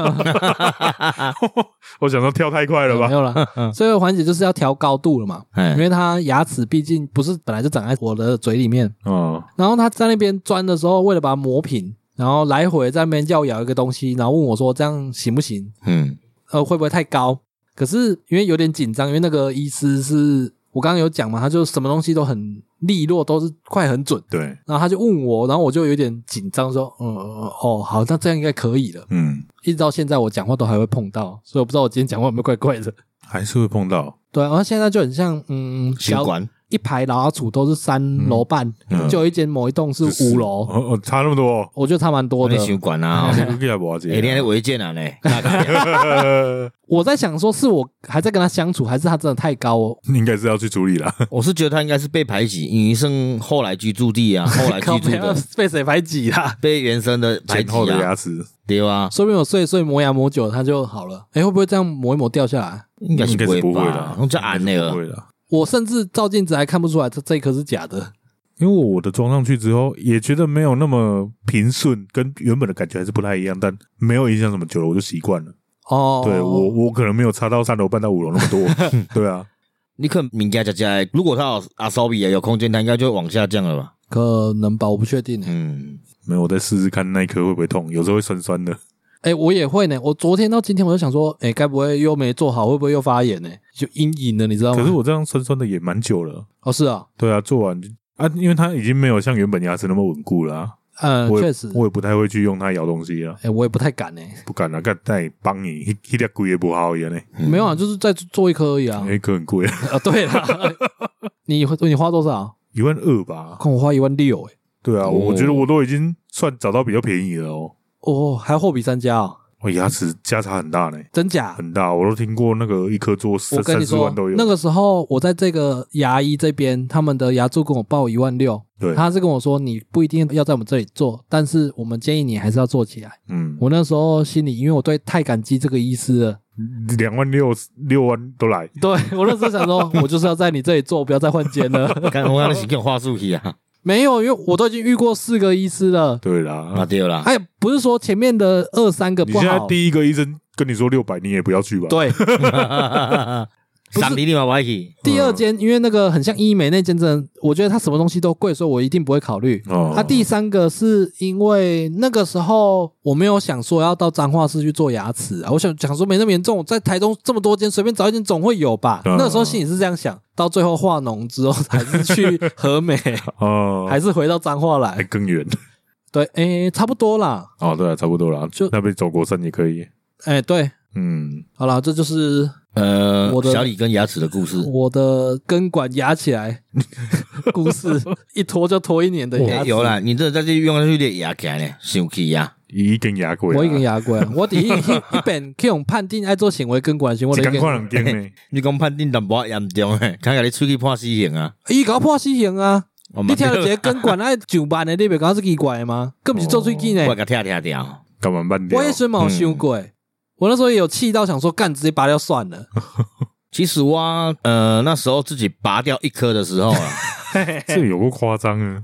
Speaker 3: 我想说跳太快了
Speaker 2: 嗯
Speaker 1: 没
Speaker 3: 吧？嗯
Speaker 1: 有了，最后一个环节就是要调高度了嘛，因
Speaker 2: 哎，
Speaker 1: 为它牙齿毕竟不是本来就长在我的嘴里面，
Speaker 3: 嗯，
Speaker 1: 然后他在那边钻的时候，为了把它磨平，然后来回在那边要咬一个东西，然后问我说这样行不行？
Speaker 2: 嗯，
Speaker 1: 呃，会不会太高？可是因为有点紧张，因为那个医师是我刚刚有讲嘛，他就什么东西都很利落，都是快很准。
Speaker 3: 对，
Speaker 1: 然后他就问我，然后我就有点紧张，说，嗯，哦，好，那这样应该可以了。
Speaker 3: 嗯，
Speaker 1: 一直到现在，我讲话都还会碰到，所以我不知道我今天讲话有没有怪怪的。
Speaker 3: 还是会碰到。
Speaker 1: 对，啊然后现在就很像，嗯，
Speaker 2: 血
Speaker 1: 小
Speaker 2: 管
Speaker 1: 一排老鼠都是三楼半，
Speaker 3: 嗯
Speaker 1: 就有一间某一栋是
Speaker 3: 就是
Speaker 1: 五楼，
Speaker 3: 哦哦，差那么 多。
Speaker 1: 我觉得差蛮多的
Speaker 2: 你。血管啊
Speaker 3: 啊，这！个也无解。
Speaker 2: 哎，你 还违建啊呢？大概
Speaker 1: 我在想说，是我还在跟他相处，还是他真的太高哦？
Speaker 3: 应该是要去处理啦。
Speaker 2: 我是觉得他应该是被排挤，你剩后来居住地 啊，后来居
Speaker 1: 靠
Speaker 2: 住
Speaker 1: 不要
Speaker 2: 的，
Speaker 1: 被谁排挤 啦？
Speaker 2: 被原生的排
Speaker 3: 前
Speaker 2: 挤
Speaker 3: 后的
Speaker 2: 啊，
Speaker 3: 牙齿
Speaker 2: 对吧？
Speaker 1: 说不定我碎碎磨牙磨久了，它就好了。哎，会不会这样磨一磨掉下来？
Speaker 2: 应该是
Speaker 3: 应该
Speaker 2: 不
Speaker 3: 是不会
Speaker 2: 吧
Speaker 3: 啦？，
Speaker 2: 用这按那
Speaker 3: 应该是不
Speaker 2: 个，
Speaker 3: 会啦。
Speaker 1: 我甚至照镜子还看不出来这这一颗是假的。
Speaker 3: 因为我的装上去之后，也觉得没有那么平顺，跟原本的感觉还是不太一样，但没有影响什么久了，我就习惯了。
Speaker 1: 哦，
Speaker 3: 对我，我可能没有差到三楼半到五楼那么多。 对啊，
Speaker 2: 你可能名家加加，如果他有阿骚比啊有空间，他应该就会往下降了吧？
Speaker 1: 可能吧，我不确定欸。
Speaker 2: 嗯，
Speaker 3: 没有，我再试试看那一颗会不会痛，有时候会酸酸的。
Speaker 1: 哎，我也会呢。我昨天到今天我就想说，哎，该不会又没做好，会不会又发炎呢？就阴影了，你知道吗？
Speaker 3: 可是我这样酸酸的也蛮久了。
Speaker 1: 哦，是啊，
Speaker 3: 对啊，做完就啊，因为它已经没有像原本牙齿那么稳固了、啊，
Speaker 1: 嗯，
Speaker 3: 我也
Speaker 1: 确实，
Speaker 3: 我也不太会去用它咬东西啊，
Speaker 1: 哎，我也不太敢呢。
Speaker 3: 不敢啊，干再帮你，一一点贵也不好也呢，
Speaker 1: 没有啊，就是再做一颗而已啊
Speaker 3: 那。一颗很贵，
Speaker 1: 啊，对了，你你花多少？
Speaker 3: 一万二吧。
Speaker 1: 看我花一万六，哎。
Speaker 3: 对啊，
Speaker 2: 哦
Speaker 3: 我觉得我都已经算找到比较便宜了哦。
Speaker 1: 哦，还货比三家哦，
Speaker 3: 我牙齿价差很大呢，
Speaker 1: 真假？
Speaker 3: 很大，我都听过那个一颗做
Speaker 1: 我
Speaker 3: 三
Speaker 1: 跟
Speaker 3: 三
Speaker 1: 你
Speaker 3: 四
Speaker 1: 说
Speaker 3: 万都有。，
Speaker 1: 那个时候我在这个牙医这边，他们的牙柱跟我报一万六，
Speaker 3: 对，
Speaker 1: 他是跟我说你不一定要在我们这里做，但是我们建议你还是要做起来。
Speaker 3: 嗯，
Speaker 1: 我那时候心里，因为我对太感激这个医师了，
Speaker 3: 两万六六万都来，
Speaker 1: 对 我那时候想说，我就是要在你这里做，不要再换间 了。
Speaker 2: 看我那是用话术去啊，
Speaker 1: 没有，因为我都已经遇过四个医师了。
Speaker 3: 对
Speaker 2: 啊
Speaker 3: 啦。
Speaker 2: 对啦，
Speaker 1: 哎，不是说前面的二三个
Speaker 3: 你
Speaker 1: 不
Speaker 3: 现在
Speaker 1: 好，
Speaker 3: 第一个医生跟你说六百，你也不要去吧。
Speaker 1: 对，不是
Speaker 2: 三厘你嘛不爱去，
Speaker 1: 第二间，因为那个很像医美那间，真的，我觉得它什么东西都贵，所以我一定不会考虑。
Speaker 3: 哦，
Speaker 1: 啊，第三个是因为那个时候我没有想说要到彰化市去做牙齿啊，我想想说没那么严重，在台中这么多间随便找一间总会有吧。
Speaker 3: 嗯
Speaker 1: 那时候心里是这样想，到最后化脓之后还是去和美，
Speaker 3: 哦，
Speaker 1: 还是回到彰化
Speaker 3: 还
Speaker 1: 来。
Speaker 3: 更远
Speaker 1: 对，诶、差不多啦。
Speaker 3: 哦，对啊，差不多啦，
Speaker 1: 就
Speaker 3: 那边走国山也可以，
Speaker 1: 诶、对，
Speaker 3: 嗯，
Speaker 1: 好啦，这就是
Speaker 2: 呃
Speaker 1: 我，的哦
Speaker 2: 小李跟牙齿的故事，
Speaker 1: 我的根管压起来故事，一拖就拖一年的牙
Speaker 2: 欸
Speaker 1: 齿。
Speaker 2: 有啦，你这再去用下去的牙干呢，生气啊呀！
Speaker 3: 一根牙啊鬼，
Speaker 1: 我已经牙过了，我第一一本去用判定爱做行为根管的时候，我就
Speaker 3: 一
Speaker 1: 已
Speaker 3: 根
Speaker 1: 经
Speaker 3: 看两根 呢，
Speaker 2: 你讲判定淡薄仔严重诶， 他甲你出去判死刑啊！哦
Speaker 1: 伊搞破死刑啊！
Speaker 2: 我
Speaker 1: 你听到一个根管爱上班的，你袂感觉是奇怪的吗？更不是做喙齿呢
Speaker 2: 嗯我。甲听听哦掉，
Speaker 3: 干嘛半天？
Speaker 1: 我也是没有想过，我那时候也有气到想说，干直接拔掉算了。
Speaker 2: 其实我呃那时候自己拔掉一颗的时候 啊，
Speaker 3: 哦这有够夸张啊！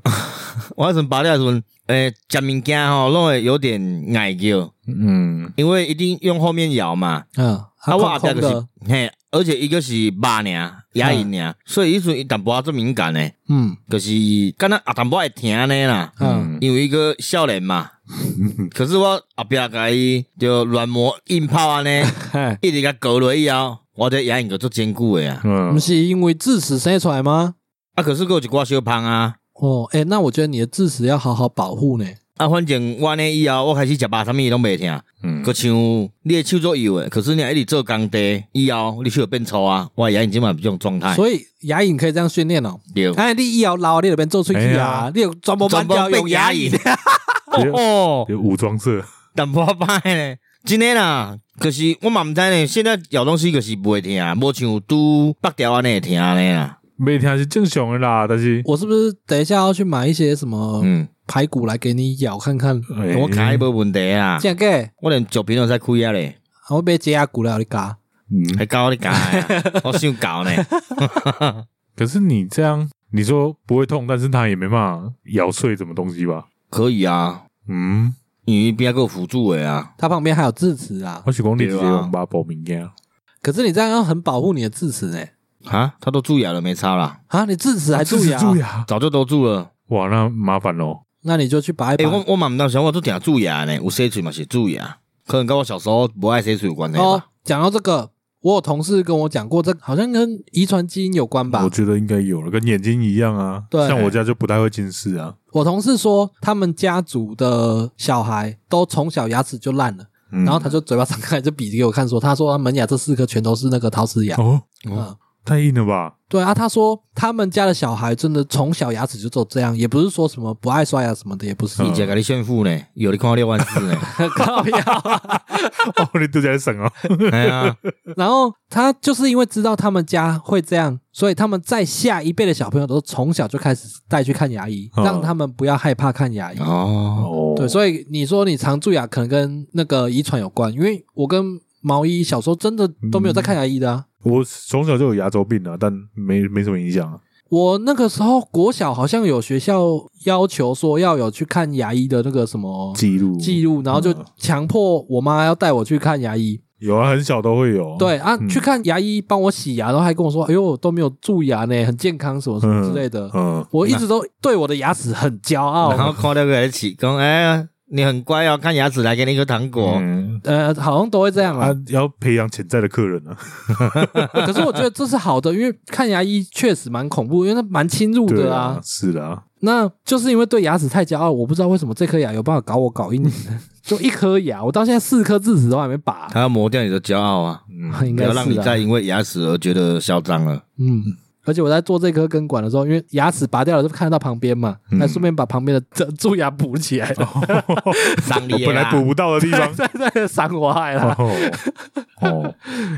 Speaker 2: 我那时候拔掉的时候，诶，食物件吼，拢会有点碍叫，
Speaker 3: 嗯，
Speaker 2: 因为一定用后面咬嘛。
Speaker 1: 嗯，
Speaker 2: 啊，
Speaker 1: 还
Speaker 2: 我后
Speaker 1: 空空
Speaker 2: 壁就是
Speaker 1: 的，
Speaker 2: 嘿，而且伊个是肉呢，牙龈呢，所以迄阵伊淡薄仔足敏感诶，
Speaker 1: 嗯
Speaker 2: 就是敢若啊淡薄仔会疼呢啦。
Speaker 1: 嗯，
Speaker 2: 因为一个少 年嘛，可是我后壁甲伊就软磨硬泡 安尼，
Speaker 1: 嘿，
Speaker 2: 一直甲搞落以后，我这牙龈就足坚固诶啊。
Speaker 1: 不
Speaker 3: 嗯，
Speaker 1: 是因为智齿生出来吗？
Speaker 2: 啊，可是还有一寡小芳啊，
Speaker 1: 哦，哎，那我觉得你的智齿要好好保护呢。
Speaker 2: 啊，反正我呢以后我开始食肉，啥物拢袂疼。
Speaker 3: 嗯
Speaker 2: 佮像你的手做油诶，可是你若一直做工地以后，你手就变粗啊，我的牙龈即嘛这种状态，
Speaker 1: 所以牙龈可以这样训练哦。
Speaker 2: 对。
Speaker 1: 哎，你以后老，你就变做喙齿
Speaker 3: 哎
Speaker 1: 啊，你有专门
Speaker 2: 全
Speaker 1: 班
Speaker 2: 部
Speaker 1: 教用
Speaker 2: 变
Speaker 1: 牙
Speaker 2: 牙
Speaker 1: 龈
Speaker 2: 龈。 哦，
Speaker 3: 有武装色，
Speaker 2: 淡薄仔歹呢。真诶啦，可、是我嘛毋知呢，现在咬东西可是袂疼，啊无像拄北条安尼会疼啊呢啦。
Speaker 3: 没听是正常的啦，但 是
Speaker 1: 我是不是等一下要去买一些什么
Speaker 2: 嗯，
Speaker 1: 排骨来给你咬看看？
Speaker 3: 哎
Speaker 2: 我卡无问题啊，
Speaker 1: 这样个，
Speaker 2: 我连酒瓶都在开啊咧，
Speaker 1: 我要买解压骨来你夹。
Speaker 3: 嗯，
Speaker 2: 还搞你假 的啊，我想搞呢。
Speaker 3: 可是你这样，你说不会痛，但是它也没办法咬碎什么东西吧？
Speaker 2: 可以啊，
Speaker 3: 嗯，
Speaker 2: 因为边个有辅助的啊，
Speaker 1: 它旁边还有智齿啊，
Speaker 3: 我是讲你直接
Speaker 2: 对啊
Speaker 3: 用把保明件，
Speaker 1: 可是你这样要很保护你的智齿呢、
Speaker 2: 啊，他都蛀牙了，没差啦，
Speaker 1: 啊，你智齿还蛀牙，
Speaker 3: 蛀牙，
Speaker 2: 早就都蛀了。
Speaker 3: 哇，那麻烦哦咯。
Speaker 1: 那你就去拔一
Speaker 2: 诶、
Speaker 1: 拔。
Speaker 2: 哎我我嘛毋当想，我都定蛀牙呢，有洗嘴嘛是蛀牙，可能跟我小时候不爱洗嘴有关系吧。
Speaker 1: 哦，讲到这个，我有同事跟我讲过，这好像跟遗传基因有关吧
Speaker 3: 我。觉得应该有了，跟眼睛一样啊。
Speaker 1: 对
Speaker 3: 像我家就不太会近视啊。
Speaker 1: 我同事说，他们家族的小孩都从小牙齿就烂了，
Speaker 3: 然
Speaker 1: 然后他就嘴巴张开就比给我看说，他说他门牙这四颗全都是那个陶瓷牙。
Speaker 3: 哦，
Speaker 1: 嗯，
Speaker 3: 太硬了吧？
Speaker 1: 对啊，他说他们家的小孩真的从小牙齿就走这样，也不是说什么不爱刷牙什么的，也不是
Speaker 2: 一。直甲你炫富呢，有你看到六万四呢，
Speaker 1: 靠腰。
Speaker 3: 哦，你都在省哦。
Speaker 2: 哎呀，
Speaker 1: 然后他就是因为知道他们家会这样，所以他们在下一辈的小朋友都从小就开始带去看牙医，
Speaker 3: 嗯
Speaker 1: 让他们不要害怕看牙医。
Speaker 2: 哦，
Speaker 3: 哦，
Speaker 1: 对，所以你说你常蛀牙可能跟那个遗传有关，因为我跟毛衣小时候真的都没有在看牙医的、
Speaker 2: 嗯
Speaker 1: 啊。
Speaker 3: 我从小就有牙周病啊，但没没什么影响啊。
Speaker 1: 我那个时候国小好像有学校要求说要有去看牙医的那个什么
Speaker 3: 记录
Speaker 1: 记录，然后就
Speaker 3: 嗯
Speaker 1: 强迫我妈要带我去看牙医。
Speaker 3: 有啊，很小都会有。
Speaker 1: 对啊，
Speaker 3: 嗯
Speaker 1: 去看牙医帮我洗牙，然后还跟我说：“哎呦，都没有蛀牙呢，很健康什么什么之类的。
Speaker 3: 嗯，
Speaker 1: 我一直都对我的牙齿很骄
Speaker 2: 然后
Speaker 1: 傲，
Speaker 2: 看到个起讲，哎、呀，你很乖哦，看牙齿来给你一个糖果，
Speaker 3: 嗯
Speaker 1: 呃，好像都会这样
Speaker 3: 啊
Speaker 1: 啊。，
Speaker 3: 要培养潜在的客人啊。嗯
Speaker 1: 可是我觉得这是好的，因为看牙医确实蛮恐怖，因为它蛮侵入
Speaker 3: 对
Speaker 1: 的
Speaker 3: 啊
Speaker 1: 啊，。
Speaker 3: 是的啊，
Speaker 1: 那就是因为对牙齿太骄傲，我不知道为什么这颗牙有办法搞我搞一年， 就一颗牙，我到现在四颗智齿都还没拔，
Speaker 2: 他要磨掉你的骄傲啊，
Speaker 3: 嗯，
Speaker 1: 应
Speaker 2: 不
Speaker 1: 该
Speaker 2: 要让
Speaker 1: 是
Speaker 2: 你
Speaker 1: 啊
Speaker 2: 再。因为牙齿而觉得嚣张了。
Speaker 1: 嗯。而且我在做这颗根管的时候，因为牙齿拔掉了，就看得到旁边嘛，还顺便把旁边的这蛀牙补起来，
Speaker 2: 上
Speaker 1: 啊
Speaker 3: 我
Speaker 2: 你
Speaker 3: 本来补不到的地 方。
Speaker 1: 在在伤我害啦。
Speaker 3: 哦哦，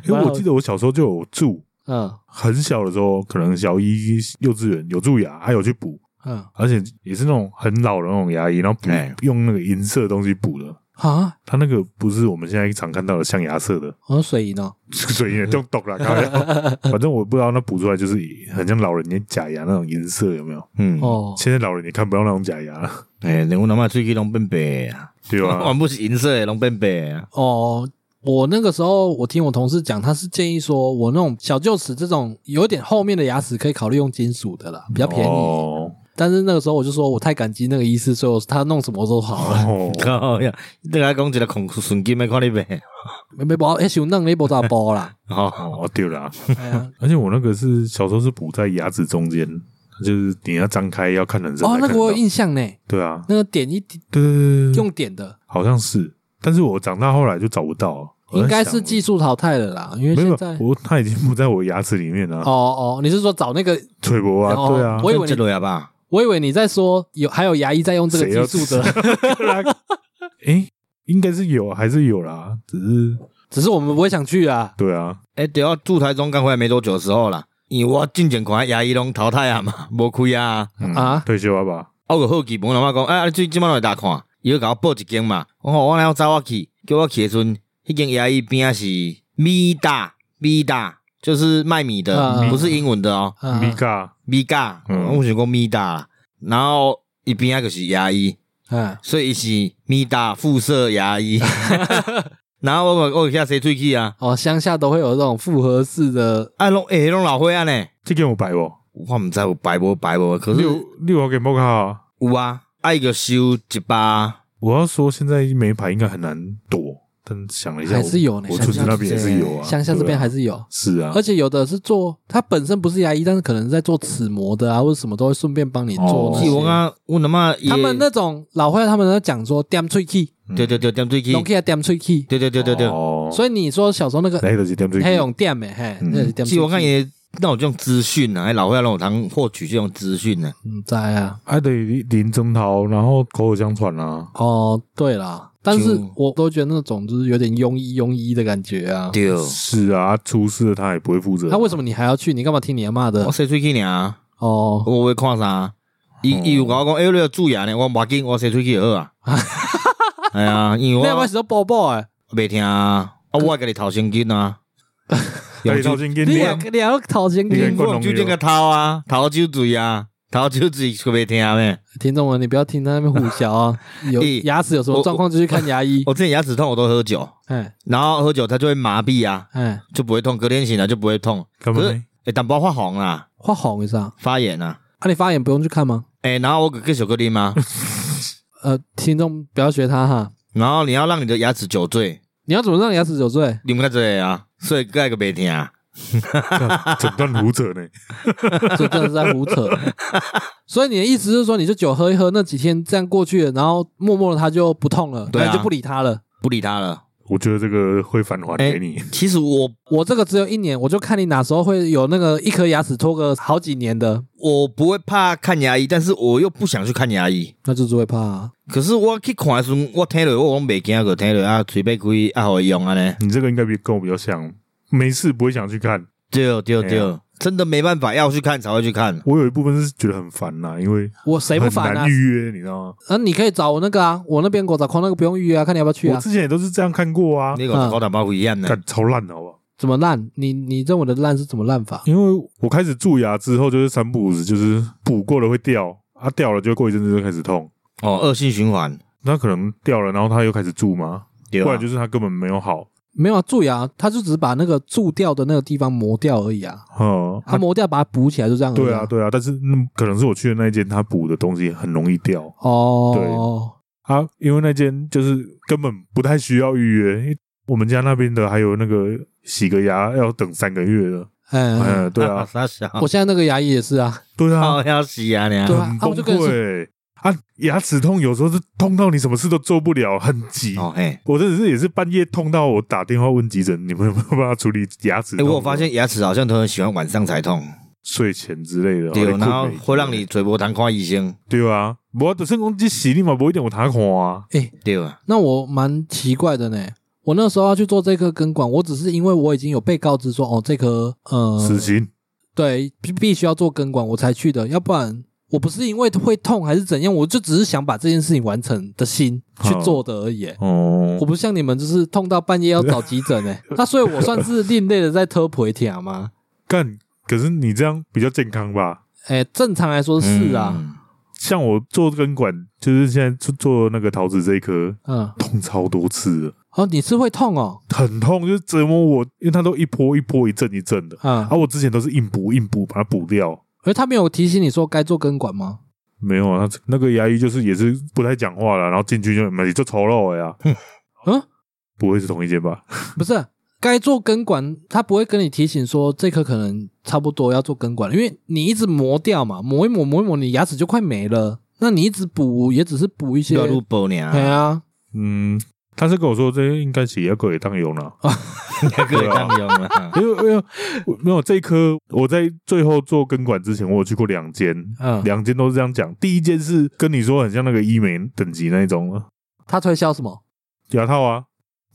Speaker 3: 因为我记得我小时候就有蛀，
Speaker 1: 嗯
Speaker 3: 很小的时候，可能小一幼稚园有蛀牙，还有去补，
Speaker 1: 嗯
Speaker 3: 而且也是那种很老的那种牙医，然后补
Speaker 2: 哎
Speaker 3: 用那个银色的东西补的。
Speaker 1: 啊，
Speaker 3: 它那个不是我们现在常看到的象牙色的
Speaker 1: 我水银哦，
Speaker 3: 水银，就懂了。开 玩笑反正我不知道那补出来就是很像老人家假牙那种银色，有没有？
Speaker 2: 嗯，
Speaker 1: 哦，
Speaker 3: 现在老人也看不到那种假牙了，
Speaker 2: 哎、连我阿妈喙齿拢变白的啊，
Speaker 3: 对吧？
Speaker 2: 全部是银色的拢变白的啊。
Speaker 1: 哦，我那个时候，我听我同事讲，他是建议说，我那种小臼齿这种有点后面的牙齿，可以考虑用金属的啦，比较便宜。
Speaker 3: 哦，
Speaker 1: 但是那个时候我就说我太感激那个医师，所以我他弄什么我都好了。
Speaker 3: 哦
Speaker 2: 靠呀！你等下讲一个恐顺金的看你 呗。
Speaker 1: 没没包，哎，想弄你不咋包 啦。
Speaker 2: 好，
Speaker 3: 哦，对啦，
Speaker 1: 哎呀
Speaker 3: 而且我那个是小时候是补在牙齿中间，就是你要张开要看人生。
Speaker 1: 哦，那个我有印象呢，
Speaker 3: 对啊，
Speaker 1: 那个点一点
Speaker 3: 对对对对，对
Speaker 1: 用点的，
Speaker 3: 好像是，但是我长大后来就找不到了，我在
Speaker 1: 应该
Speaker 3: 想
Speaker 1: 是技术淘汰了啦，因为
Speaker 3: 没
Speaker 1: 现
Speaker 3: 有
Speaker 1: 在。
Speaker 3: 我它已经不在我牙齿里面了
Speaker 1: 哦。哦，你是说找那个？
Speaker 3: 脆薄啊，
Speaker 1: 哦
Speaker 3: 对啊，
Speaker 1: 我以为
Speaker 2: 这
Speaker 1: 你，
Speaker 2: 落呀吧？
Speaker 1: 我以为你在说有还有牙医在用这个技术的，
Speaker 3: 的。哎，应该是有，还是有啦，只是
Speaker 1: 只是我们不会想去啊。
Speaker 3: 对啊，
Speaker 2: 哎，等下驻台中刚回来没多久的时候啦，因为我进前看牙医拢淘汰啊嘛，无开啊。
Speaker 3: 嗯
Speaker 1: 啊
Speaker 3: 退休了吧？
Speaker 2: 我哦有好奇，问老妈讲，哎，啊你最即摆落来打看，伊要甲我报一间嘛。我讲我哪有找我去，叫我去的时阵，迄间牙医边仔是米大米大，就是卖米的，
Speaker 1: 嗯
Speaker 2: 不是英文的哦，
Speaker 1: 啊
Speaker 3: 米嘎，
Speaker 2: 米大。
Speaker 3: 嗯
Speaker 2: 我想讲米大啦，然后伊边仔就是牙医。
Speaker 1: 嗯，
Speaker 2: 所以伊是咪打附设 牙医。然后我我有遐洗喙齿啊，
Speaker 1: 哦，乡下都会有这种复合式的，
Speaker 2: 啊拢诶拢老伙仔呢，
Speaker 3: 这个我摆哦，
Speaker 2: 我毋知有白无白无，可是
Speaker 3: 六六号给莫卡。哦
Speaker 2: 有啊，爱个收一巴，
Speaker 3: 我要说现在没牌应该很难躲，但想了一下，
Speaker 1: 还是有呢
Speaker 3: 我我村子那边也是有啊，
Speaker 1: 乡下这边还
Speaker 3: 对啊
Speaker 1: 是有，
Speaker 3: 是啊
Speaker 1: 而，且有的是做，他本身不是牙医，但是可能在做齿模的啊，或者什么都会顺便帮你做
Speaker 3: 哦
Speaker 1: 那
Speaker 2: 是
Speaker 1: 些。
Speaker 2: 我啊，阮阿嬷也
Speaker 1: 他们那种老会，他们都讲说点喙齿，
Speaker 2: 对对对点喙齿，
Speaker 1: 拢去点喙齿，
Speaker 2: 对对对对对，
Speaker 3: 哦，
Speaker 1: 所以你说小时候那个
Speaker 3: 那个就是点
Speaker 1: 还
Speaker 3: 缀
Speaker 1: 有点的欸嘿，
Speaker 3: 嗯
Speaker 1: 那是点
Speaker 2: 是我
Speaker 1: 喙
Speaker 2: 看
Speaker 1: 齿，
Speaker 2: 伊那有这种资讯啊，迄老伙仔拢有通获取这种资讯呢。
Speaker 1: 嗯，知啊。
Speaker 3: 还哎得林征涛，然后口口相传啊，
Speaker 1: 哦，对啦，但是
Speaker 2: 就
Speaker 1: 我都觉得那种就是有点庸医庸医的感觉啊。
Speaker 2: 对，
Speaker 3: 是啊，出事了他也不会负责。
Speaker 1: 那为什么你还要去？你干嘛听你阿妈的
Speaker 2: 我？洗喙齿尔，
Speaker 1: 哦，
Speaker 2: 我会看啥？伊伊有甲我讲，诶，你要注意啊呢，我无要紧，我洗喙齿就好啊。哎呀，因为
Speaker 1: 那要
Speaker 2: 我
Speaker 1: 不要。是宝宝哎？
Speaker 2: 袂听啊，啊，我甲你头先紧啊，
Speaker 3: 戴套金给
Speaker 1: 你
Speaker 3: 你
Speaker 1: 两个两个讨钱
Speaker 3: 你
Speaker 1: 给
Speaker 3: 两个
Speaker 2: 我酒精个头啊，头酒醉啊，头酒醉就袂听啊咩？
Speaker 1: 听众们，你不要听他那边胡嚼 啊，有
Speaker 2: 咦
Speaker 1: 牙齿有什么状况就去看牙医。
Speaker 2: 我之前牙齿痛我都喝酒，
Speaker 1: 哎
Speaker 2: 然后喝酒它就会麻痹啊，
Speaker 1: 哎，
Speaker 2: 就不会痛，隔天醒来就不会痛，欸
Speaker 3: 干嘛
Speaker 2: 可
Speaker 3: 呢
Speaker 2: 是？会淡薄发啊红啦，
Speaker 1: 画红一下。
Speaker 2: 发炎啊，
Speaker 1: 啊，你发炎不用去看吗？
Speaker 2: 诶，然后我继续个啉 啊，
Speaker 1: 呃，听众不要学他哈。
Speaker 2: 然后你要让你的牙齿酒醉，
Speaker 1: 你要怎么让牙齿酒醉？
Speaker 2: 啉较醉啊，所以个个袂听啊，
Speaker 3: 整段胡扯呢？
Speaker 1: 这真的是在胡 扯。所以你的意思是说，你就酒喝一喝，那几天这样过去了，然后默默的他就不痛了，
Speaker 2: 对啊
Speaker 1: 然后你就不理他了。
Speaker 2: 不理他了。
Speaker 3: 我觉得这个会返还给你。
Speaker 2: 其实我
Speaker 1: 我这个只有一年，我就看你哪时候会有那个一颗牙齿拖个好几年的，
Speaker 2: 我不会怕看牙医，但是我又不想去看牙医。
Speaker 1: 那就是会怕、啊。
Speaker 2: 可是我去看的时阵，我听落我讲袂惊个，听落啊随便开啊互伊用安尼。
Speaker 3: 你这个应该比跟我比较像，没事不会想去看。
Speaker 2: 对对
Speaker 3: 哎呀
Speaker 2: 对，真的没办法，要去看才会去看。
Speaker 3: 我有一部分是觉得很烦呐、因为
Speaker 1: 我谁不
Speaker 3: 很
Speaker 1: 烦啊
Speaker 3: 难？预约，你知道吗？
Speaker 1: 啊，你可以找我那个啊，我那边狗仔框那个不用预约啊，看你要不要去
Speaker 3: 我
Speaker 1: 啊？
Speaker 3: 之前也都是这样看过啊，
Speaker 2: 那个高蛋白不一样的，
Speaker 3: 干超烂的好不好？
Speaker 1: 怎么烂？你你认为的烂是怎么烂法？
Speaker 3: 因为我开始蛀牙之后，就是三不五时，就是补过了会掉，啊掉了就过一阵子就开始痛。
Speaker 2: 哦，恶性循环。
Speaker 3: 那可能掉了，然后它又开始蛀吗？
Speaker 2: 对
Speaker 3: 不
Speaker 2: 啊
Speaker 3: 然，就是它根本没有好。
Speaker 1: 没有啊，蛀牙，他就只是把那个蛀掉的那个地方磨掉而已啊，
Speaker 3: 嗯，
Speaker 1: 他磨掉把它补起来就这样而已、
Speaker 3: 对啊，对啊，但是嗯可能是我去的那一间，它补的东西很容易掉
Speaker 1: 哦，
Speaker 3: 啊，因为那间就是根本不太需要预约。因为我们家那边的还有那个洗个牙要等三个月的，
Speaker 1: 对，嗯，
Speaker 3: 嗯，对啊，
Speaker 2: 傻小，
Speaker 1: 我现在那个牙医也是啊，
Speaker 3: 对啊，
Speaker 2: 好要死啊你啊
Speaker 1: 对！啊
Speaker 3: 很
Speaker 1: 啊
Speaker 3: 崩
Speaker 1: 我就跟你说
Speaker 3: 溃啊！牙齿痛有时候是痛到你什么事都做不了，很急。
Speaker 2: 哦嘿，
Speaker 3: 我真的是也是半夜痛到我打电话问急诊，你们有没有办法处理牙齿
Speaker 2: 哎，
Speaker 3: 痛？
Speaker 2: 我有发现牙齿好像都很喜欢晚上才痛，
Speaker 3: 睡前之类的，
Speaker 2: 对，
Speaker 3: 或者
Speaker 2: 然后
Speaker 3: 困美
Speaker 2: 会让你嘴巴疼看医生，
Speaker 3: 对啊，我的成功机洗立马不一定有他看啊。
Speaker 2: 对啊，
Speaker 1: 那我蛮奇怪的呢。我那时候要去做这颗根管，我只是因为我已经有被告知说，哦，这颗
Speaker 2: 嗯
Speaker 1: 呃，
Speaker 3: 死刑
Speaker 1: 对，必必须要做根管，我才去的，要不然我不是因为会痛还是怎样，我就只是想把这件事情完成的心去做的而已耶。
Speaker 3: 哦
Speaker 1: 我，不像你们，就是痛到半夜要找急诊哎，那所以我算是另类的在特普条吗？
Speaker 3: 干，可是你这样比较健康吧？
Speaker 1: 哎，正常来说是啊，
Speaker 2: 嗯，
Speaker 3: 像我做根管，就是现在做做那个桃子这一颗，
Speaker 1: 嗯，
Speaker 3: 痛超多次了，
Speaker 1: 哦，你是会痛哦，
Speaker 3: 很痛，就是折磨我，因为它都一波一波、一阵一阵的。
Speaker 1: 嗯，
Speaker 3: 啊，我之前都是硬补硬补把它补掉，
Speaker 1: 而他没有提醒你说该做根管吗？
Speaker 3: 没有啊，他那个牙医就是也是不太讲话了，然后进去就没就丑陋了呀。 啊
Speaker 1: 嗯，
Speaker 3: 不会是同一间吧？
Speaker 1: 不是，啊该做根管，他不会跟你提醒说这颗可能差不多要做根管了，因为你一直磨掉嘛，磨一磨磨一磨，你牙齿就快没了。那你一直补也只是补一些，
Speaker 2: 要录播
Speaker 1: 对
Speaker 2: 呢，
Speaker 1: 啊，
Speaker 3: 嗯，他是跟我说这应该是也可以当用了，。
Speaker 1: 啊
Speaker 2: 那个当用啊
Speaker 3: 因为因为我没有这一颗，我在最后做根管之前，我有去过两间，
Speaker 1: 嗯，
Speaker 3: 两间都是这样讲。第一间是跟你说很像那个医美等级那一种啊
Speaker 1: 他推销什么？
Speaker 3: 牙套啊，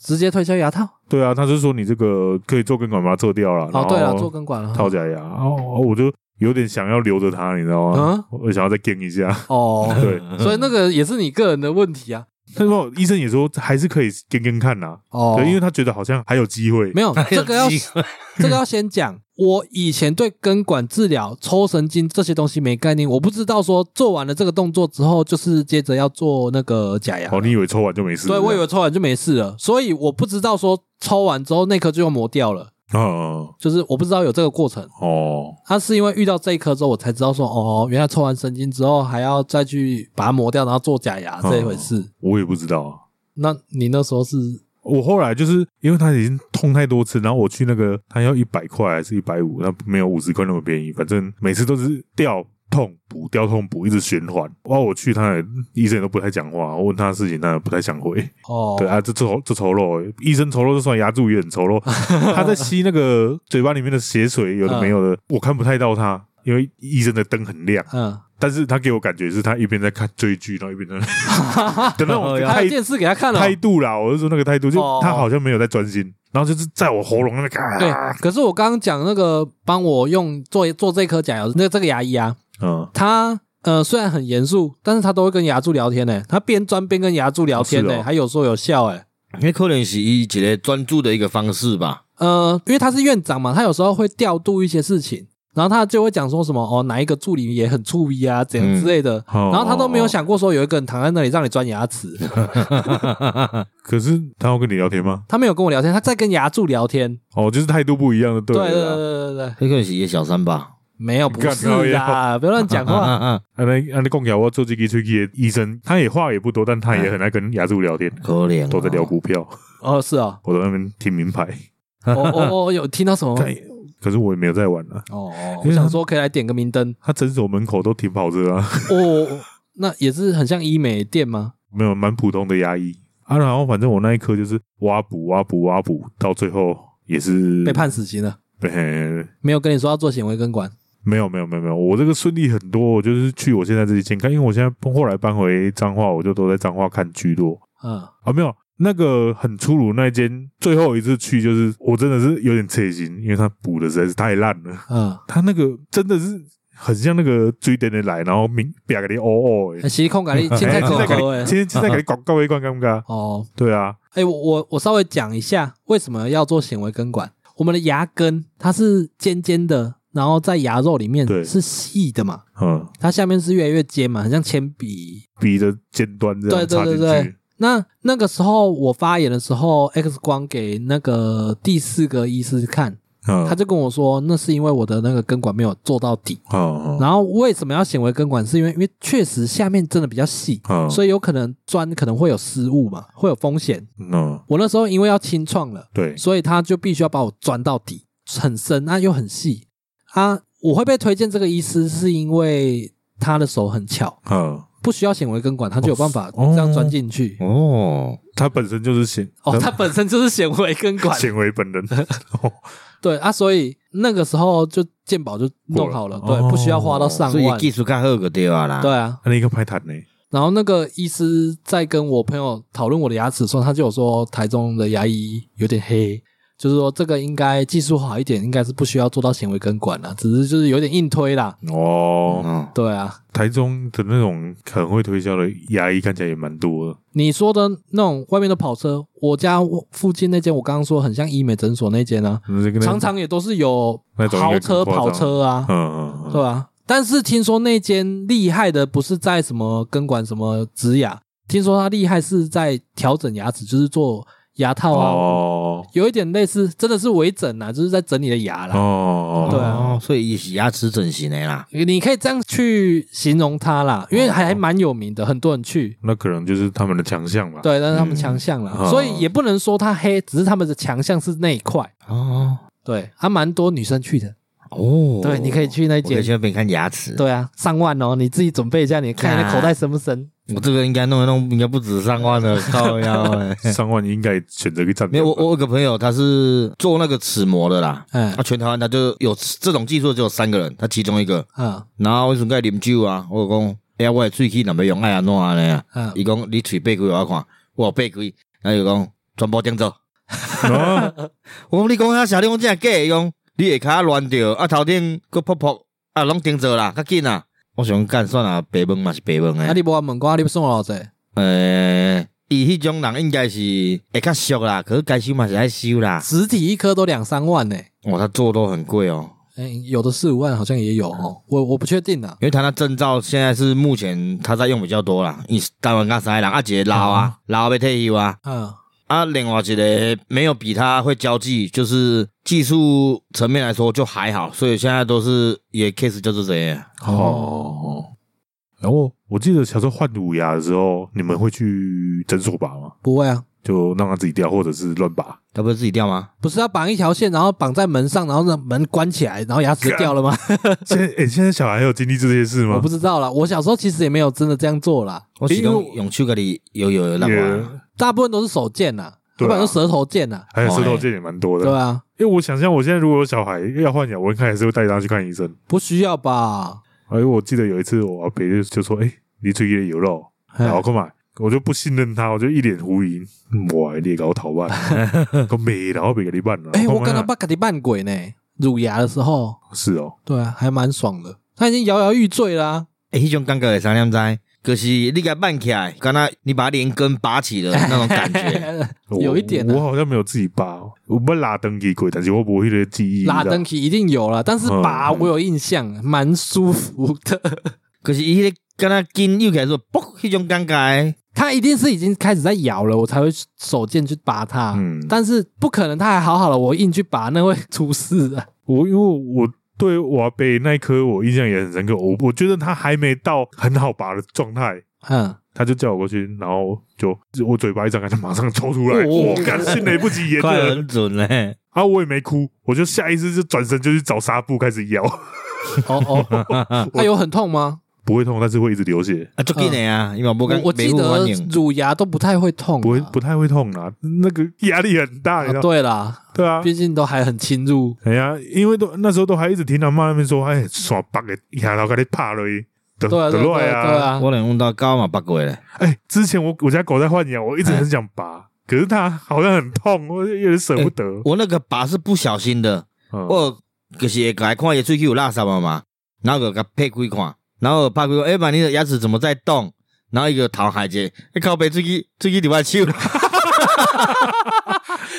Speaker 1: 直接推销牙套。
Speaker 3: 对啊，他是说你这个可以做根管把它做掉了，
Speaker 1: 哦，对
Speaker 3: 然
Speaker 1: 了，
Speaker 3: 后
Speaker 1: 做根管了。
Speaker 3: 套假牙，哦，我就有点想要留着它，你知道
Speaker 1: 啊
Speaker 3: 吗？我想要再跟一下，
Speaker 1: 哦，
Speaker 3: 对。
Speaker 2: 嗯
Speaker 1: 所以那个也是你个人的问题啊。
Speaker 3: 但是我医生也说还是可以跟跟看呐、
Speaker 1: 哦，
Speaker 3: 对，因为他觉得好 像还有机会。
Speaker 1: 没有这个要
Speaker 2: 还有机会
Speaker 1: 这个要先讲。我以前对根管治疗、抽神经这些东西没概念，我不知道说做完了这个动作之后，就是接着要做那个假牙。
Speaker 3: 哦，你以为抽完就没事？
Speaker 1: 对，我以为抽完就没事了，所以我不知道说抽完之后那颗就又磨掉了，
Speaker 3: 哦
Speaker 1: 就是我不知道有这个过程。
Speaker 3: 哦，
Speaker 1: 它、是因为遇到这一颗之后，我才知道说，哦，原来抽完神经之后还要再去把它磨掉，然后做假牙这一回事。
Speaker 3: 我也不知道啊。
Speaker 1: 那你那时候是
Speaker 3: 我后来就是因为他已经痛太多次，然后我去那个他要一百块还是一百五，他没有五十块那么便宜，反正每次都是掉痛补掉痛补，一直循环。哇，我去他也医生也都不太讲话，我问他的事情他也不太想回。
Speaker 1: 哦，
Speaker 3: 对啊，这丑这丑陋欸，医生丑陋就算，牙柱也很丑 陋。他在吸那个嘴巴里面的血水，有
Speaker 1: 嗯
Speaker 3: 的没有的，我看不太到他，因为医生的灯很亮。
Speaker 1: 嗯，
Speaker 3: 但是他给我感觉是他一边在看追剧，然后一 边在的那种
Speaker 1: 还
Speaker 3: 态
Speaker 1: 哦有电视给他看了、
Speaker 3: 态度啦，我是说那个态度，就
Speaker 1: 哦
Speaker 3: 他好像没有在专心，然后就是在我喉咙那边
Speaker 1: 对
Speaker 3: 啊，，
Speaker 1: 可是我刚刚讲那个帮我用做做这颗假牙，那这个牙医啊，
Speaker 3: 嗯，
Speaker 1: 他呃虽然很严肃，但是他都会跟牙柱聊天呢、他边钻边跟牙柱聊天呢、
Speaker 3: 哦是哦
Speaker 1: 还有说有笑哎、
Speaker 2: 那可能是伊一个专注的一个方式吧。
Speaker 1: 呃，因为他是院长嘛，他有时候会调度一些事情，然后他就会讲说什么哦，哪一个助理也很触鼻啊，怎样之类的。
Speaker 3: 然
Speaker 1: 然后他都没有。想过说有一个人躺在那里让你钻牙齿，
Speaker 3: 可是他要跟你聊天吗？
Speaker 1: 他没有跟我聊天，他在跟牙柱聊 天。
Speaker 3: 哦，就是态度不一样的，
Speaker 1: 对
Speaker 3: 了
Speaker 1: 对对
Speaker 3: 啦。
Speaker 1: 对对对，
Speaker 2: 那可能是伊小三吧。
Speaker 1: 没有不
Speaker 3: 啊干
Speaker 1: 是
Speaker 3: 靠
Speaker 1: 啦，不要乱讲话。
Speaker 2: 嗯嗯，
Speaker 3: 啊，那啊，那共聊我做这个吹气的医生，他也话也不多，但他也很爱跟牙柱聊天，
Speaker 1: 嗯
Speaker 2: 可怜哦
Speaker 3: 都在聊股票，
Speaker 1: 哦，是 哦，
Speaker 3: 我在那边听名牌，
Speaker 1: 我我我有听到什么吗？
Speaker 3: 但可是我也没有在玩啊。
Speaker 1: 哦，哦
Speaker 3: 因
Speaker 1: 我
Speaker 3: 为他
Speaker 1: 想说可以来点个明灯
Speaker 3: 他诊所门口都停跑车啊，
Speaker 1: 哦，那也是很像医美店吗？
Speaker 3: 没有蛮普通的牙医啊。然后反正我那一科就是挖补挖补挖补，到最后也是
Speaker 1: 被判死刑了，
Speaker 3: 被
Speaker 1: 没有跟你说要做显微根管
Speaker 3: 没有没有没有没有，我这个顺利很多，我就是去我现在这些健看，因为我现在后来搬回彰化，我就都在彰化看居多
Speaker 1: 啊、
Speaker 3: 啊，没有那个很粗鲁那一间，最后一次去就是我真的是有点刺心，因为他补的实在是太烂了，
Speaker 1: 嗯
Speaker 3: 他那个真的是很像那个追点的来，然后明啪给你哦哦
Speaker 1: 嗯，，其实控管 力现在
Speaker 3: 哎
Speaker 1: 可
Speaker 3: 现在给
Speaker 1: 合
Speaker 3: 你
Speaker 1: 哎。
Speaker 3: 现在现在给你广告一罐尴尬，
Speaker 1: 哦，
Speaker 3: 对啊，
Speaker 1: 哎、我我我稍微讲一下为什么要做显微根管。我们的牙根它是尖尖的，然后在牙肉里面
Speaker 3: 对
Speaker 1: 是细的嘛，
Speaker 3: 嗯，
Speaker 1: 它下面是越来越尖嘛，很像铅笔。
Speaker 3: 笔的尖端这样
Speaker 1: 对对
Speaker 3: 啊插进
Speaker 1: 对
Speaker 3: 去
Speaker 1: 对，。那那个时候我发炎的时候，X 光给那个第四个医师看，
Speaker 3: 嗯，
Speaker 1: 他就跟我说，那是因为我的那个根管没有做到底。
Speaker 3: 嗯嗯
Speaker 1: 然后为什么要显微根管？是因为因为确实下面真的比较细，
Speaker 3: 嗯，
Speaker 1: 所以有可能钻可能会有失误嘛，会有风险。
Speaker 3: 嗯
Speaker 1: 我那时候因为要清创了，
Speaker 3: 对，
Speaker 1: 所以他就必须要把我钻到底，很深，那、又很细啊。我会被推荐这个医师，是因为他的手很巧，
Speaker 3: 嗯，
Speaker 1: 不需要显微根管，他就有办法
Speaker 3: 哦
Speaker 1: 这样钻进去。
Speaker 2: 哦，
Speaker 3: 他本身就是显
Speaker 1: 哦，他本身就是显微根管，
Speaker 3: 显为本 人，
Speaker 1: 对啊，所以那个时候就鉴宝就弄好了，
Speaker 3: 过了哦
Speaker 1: 对，不需要花到上
Speaker 2: 所以
Speaker 1: 万，
Speaker 2: 技术较好个对啊啦。
Speaker 1: 对，啊。
Speaker 3: 那一个拍弹呢？
Speaker 1: 然后那个医师在跟我朋友讨论我的牙齿的时候，他就有说台中的牙医有点黑，就是说这个应该技术好一点，应该是不需要做到显微根管啦，只是就是有点硬推啦。
Speaker 3: 哦，
Speaker 2: 哦，
Speaker 1: 对啊，
Speaker 3: 台中的那种很会推销的牙医看起来也蛮多的。
Speaker 1: 你说的那种外面的跑车，我家附近那间我刚刚说很像医美诊所那间啊，
Speaker 3: 那这个
Speaker 1: 常常也都是有
Speaker 3: 那种应该
Speaker 1: 豪车
Speaker 3: 更夸张
Speaker 1: 跑车啊 어.
Speaker 3: 嗯，嗯嗯，
Speaker 1: 对啊，但是听说那间厉害的不是在什么根管什么植牙，听说它厉害是在调整牙齿，就是做牙
Speaker 3: 어.
Speaker 1: 套啊，
Speaker 3: 哦
Speaker 1: 有一点类似，真的是微整啊，就是在整你的牙啦。
Speaker 2: 어.
Speaker 3: 哦，
Speaker 1: 对啊
Speaker 2: 哦，所以伊是牙齿整形的啦。
Speaker 1: 你可以这样去形容它啦，因为还还蛮有名的，很多人去。
Speaker 3: 那可能就是他们的强项吧。，
Speaker 1: 对，但是他们强项啦，
Speaker 3: 嗯
Speaker 1: 所以也不能说它黑，只是他们的强项是那一块。
Speaker 2: 哦
Speaker 1: 对，还、蛮多女生去的。
Speaker 2: 哦，
Speaker 1: 对，你可以去那
Speaker 2: 我可以
Speaker 1: 间。
Speaker 2: 去那边看牙齿。，
Speaker 1: 对啊，上万哦，你自己准备一下，你看你的口袋深不深？
Speaker 2: 我这个应该弄一弄，应该不止上万了，靠腰欸。
Speaker 3: 上万应该选择一个站。
Speaker 2: 没有，我我有个朋友他是做那个齿模的啦，啊
Speaker 1: 嗯
Speaker 2: 他全台湾他就有这种技术只有三个人，他其中一个，
Speaker 1: 嗯
Speaker 2: 然后为什么爱啉酒啊？我就讲，哎呀，我的喙齿若要用爱安怎安尼啊？
Speaker 1: 嗯，
Speaker 2: 伊讲你喙掰开我看，我有掰开，然后伊讲全部顶走。
Speaker 3: 哦
Speaker 2: 我讲你讲遐啥？你讲真的假的？伊讲你下骹乱着，啊头顶佫噗噗，啊拢顶做啦，较紧啊！我想干算啊，白问嘛是白问
Speaker 1: 啊，
Speaker 2: 诶。
Speaker 1: 你无问过，你要送我偌济？
Speaker 2: 诶，伊迄种人应该是会较俗啦，可是该收嘛是爱收啦。
Speaker 1: 实体一颗都两三万呢、
Speaker 2: 哇，他做都很贵哦，
Speaker 1: 哎、有的四五万好像也有哦，我我不确定啊。
Speaker 2: 因为他那证照现在是目前他在用比较多啦。伊台湾刚三个人啊，一个老啊，老要退休啊，
Speaker 1: 嗯
Speaker 2: 啊，另外一个没有比他会交际，就是技术层面来说就还好，所以现在都是也 case 就是这样。
Speaker 3: 哦。然后我记得小时候换乳牙的时候，你们会去诊所拔吗？
Speaker 1: 不会啊，
Speaker 3: 就让它自己掉，或者是乱拔？
Speaker 2: 他不是自己掉吗？
Speaker 1: 不是要绑一条线，然后绑在门上，然后让门关起来，然后牙齿就掉了吗？
Speaker 3: 现在诶，现在小孩还有经历这些事吗？
Speaker 1: 我不知道啦，我小时候其实也没有真的这样做啦，
Speaker 2: 我是
Speaker 3: 因为
Speaker 2: 用
Speaker 3: 我
Speaker 2: 用手给你有有有
Speaker 1: 啊
Speaker 2: 那
Speaker 3: 也
Speaker 2: 个，
Speaker 1: 大部分都是手剑呐，要
Speaker 3: 对啊
Speaker 1: 不然就舌头剑呐，
Speaker 3: 还有舌头剑也蛮多的。
Speaker 1: 哎对啊，
Speaker 3: 因为我想象我现在如果有小孩要换牙，我应该还是会带他去看医生。
Speaker 1: 不需要吧？
Speaker 3: 哎，我记得有一次我阿伯就就说：“哎、你嘴里有肉，
Speaker 1: 哎
Speaker 3: 然后干嘛？”我就不信任他，我就一脸 狐疑，嗯哇，你也搞讨办，我没啦，我别给你办了。
Speaker 1: 哎、我刚
Speaker 3: 看看
Speaker 1: 刚把卡迪扮鬼呢，乳牙的时候，
Speaker 3: 是哦，
Speaker 1: 对啊，还蛮爽的，他已经摇摇欲坠啦、
Speaker 2: 哎，迄种感觉啥念知？就是你给慢起来，刚才你把连根拔起的那种感 觉。
Speaker 3: 我
Speaker 1: 有一点啊
Speaker 3: 我好像没有自己拔，我不拉登机过，但是我不会的记忆。
Speaker 1: 拉登奇一定有啦，但是
Speaker 3: 嗯
Speaker 1: 拔我有印象，蛮舒服的。
Speaker 2: 可是伊迄个刚才筋又起来说，啵，迄种感觉。
Speaker 1: 它一定是已经开始在咬了，我才会手贱去拔它。
Speaker 3: 嗯
Speaker 1: 啊但是不可能，它还好好的，我硬去拔那会出事啊的。
Speaker 3: 我因为我对我阿伯那一颗我印象也很深刻，我我觉得他还没到很好拔的状态，
Speaker 1: 嗯，
Speaker 3: 他就叫我过去，然后就我嘴巴一张开，他马上抽出来，
Speaker 1: 哦
Speaker 3: 我干迅雷不及掩
Speaker 2: 快
Speaker 3: 耳
Speaker 2: 很准嘞、
Speaker 3: 啊！我也没哭，我就下意识就转身就去找纱布开始咬，
Speaker 1: 哦哦，它有很痛吗？
Speaker 3: 不会痛，但是会一直流血，
Speaker 2: 啊，足紧的啊，伊嘛
Speaker 1: 嗯
Speaker 2: 无
Speaker 1: 我
Speaker 2: 敢
Speaker 1: 我
Speaker 2: 没
Speaker 1: 记
Speaker 2: 有反
Speaker 1: 得
Speaker 2: 应。
Speaker 1: 乳牙都不太会痛、啊，
Speaker 3: 不会哎不太会痛啦，那个压力很大，你知
Speaker 1: 啊
Speaker 3: 道
Speaker 1: 对啦，
Speaker 3: 对啊。
Speaker 1: 毕竟都还很侵入。
Speaker 3: 哎呀，因为都那时候都还一直听阿妈那边说，哎，耍白的，牙头给你拍落去，得
Speaker 1: 对啊，
Speaker 3: 得
Speaker 1: 对
Speaker 3: 落
Speaker 1: 啊，对！啊，
Speaker 2: 我连用到高嘛拔过嘞，
Speaker 3: 哎，之前我我家狗在换牙，我一直很想
Speaker 2: 哎
Speaker 3: 拔，可是它好像很痛，我有点舍不得。
Speaker 2: 我那个拔是不小心的，
Speaker 3: 嗯
Speaker 2: 哎我就是会来看伊喙齿有垃圾嘛嘛，然后就甲拍开看，然后拍开看，哎、妈，你的牙齿怎么在动？然后一个头海者，哎靠背喙齿喙齿伫我手啦，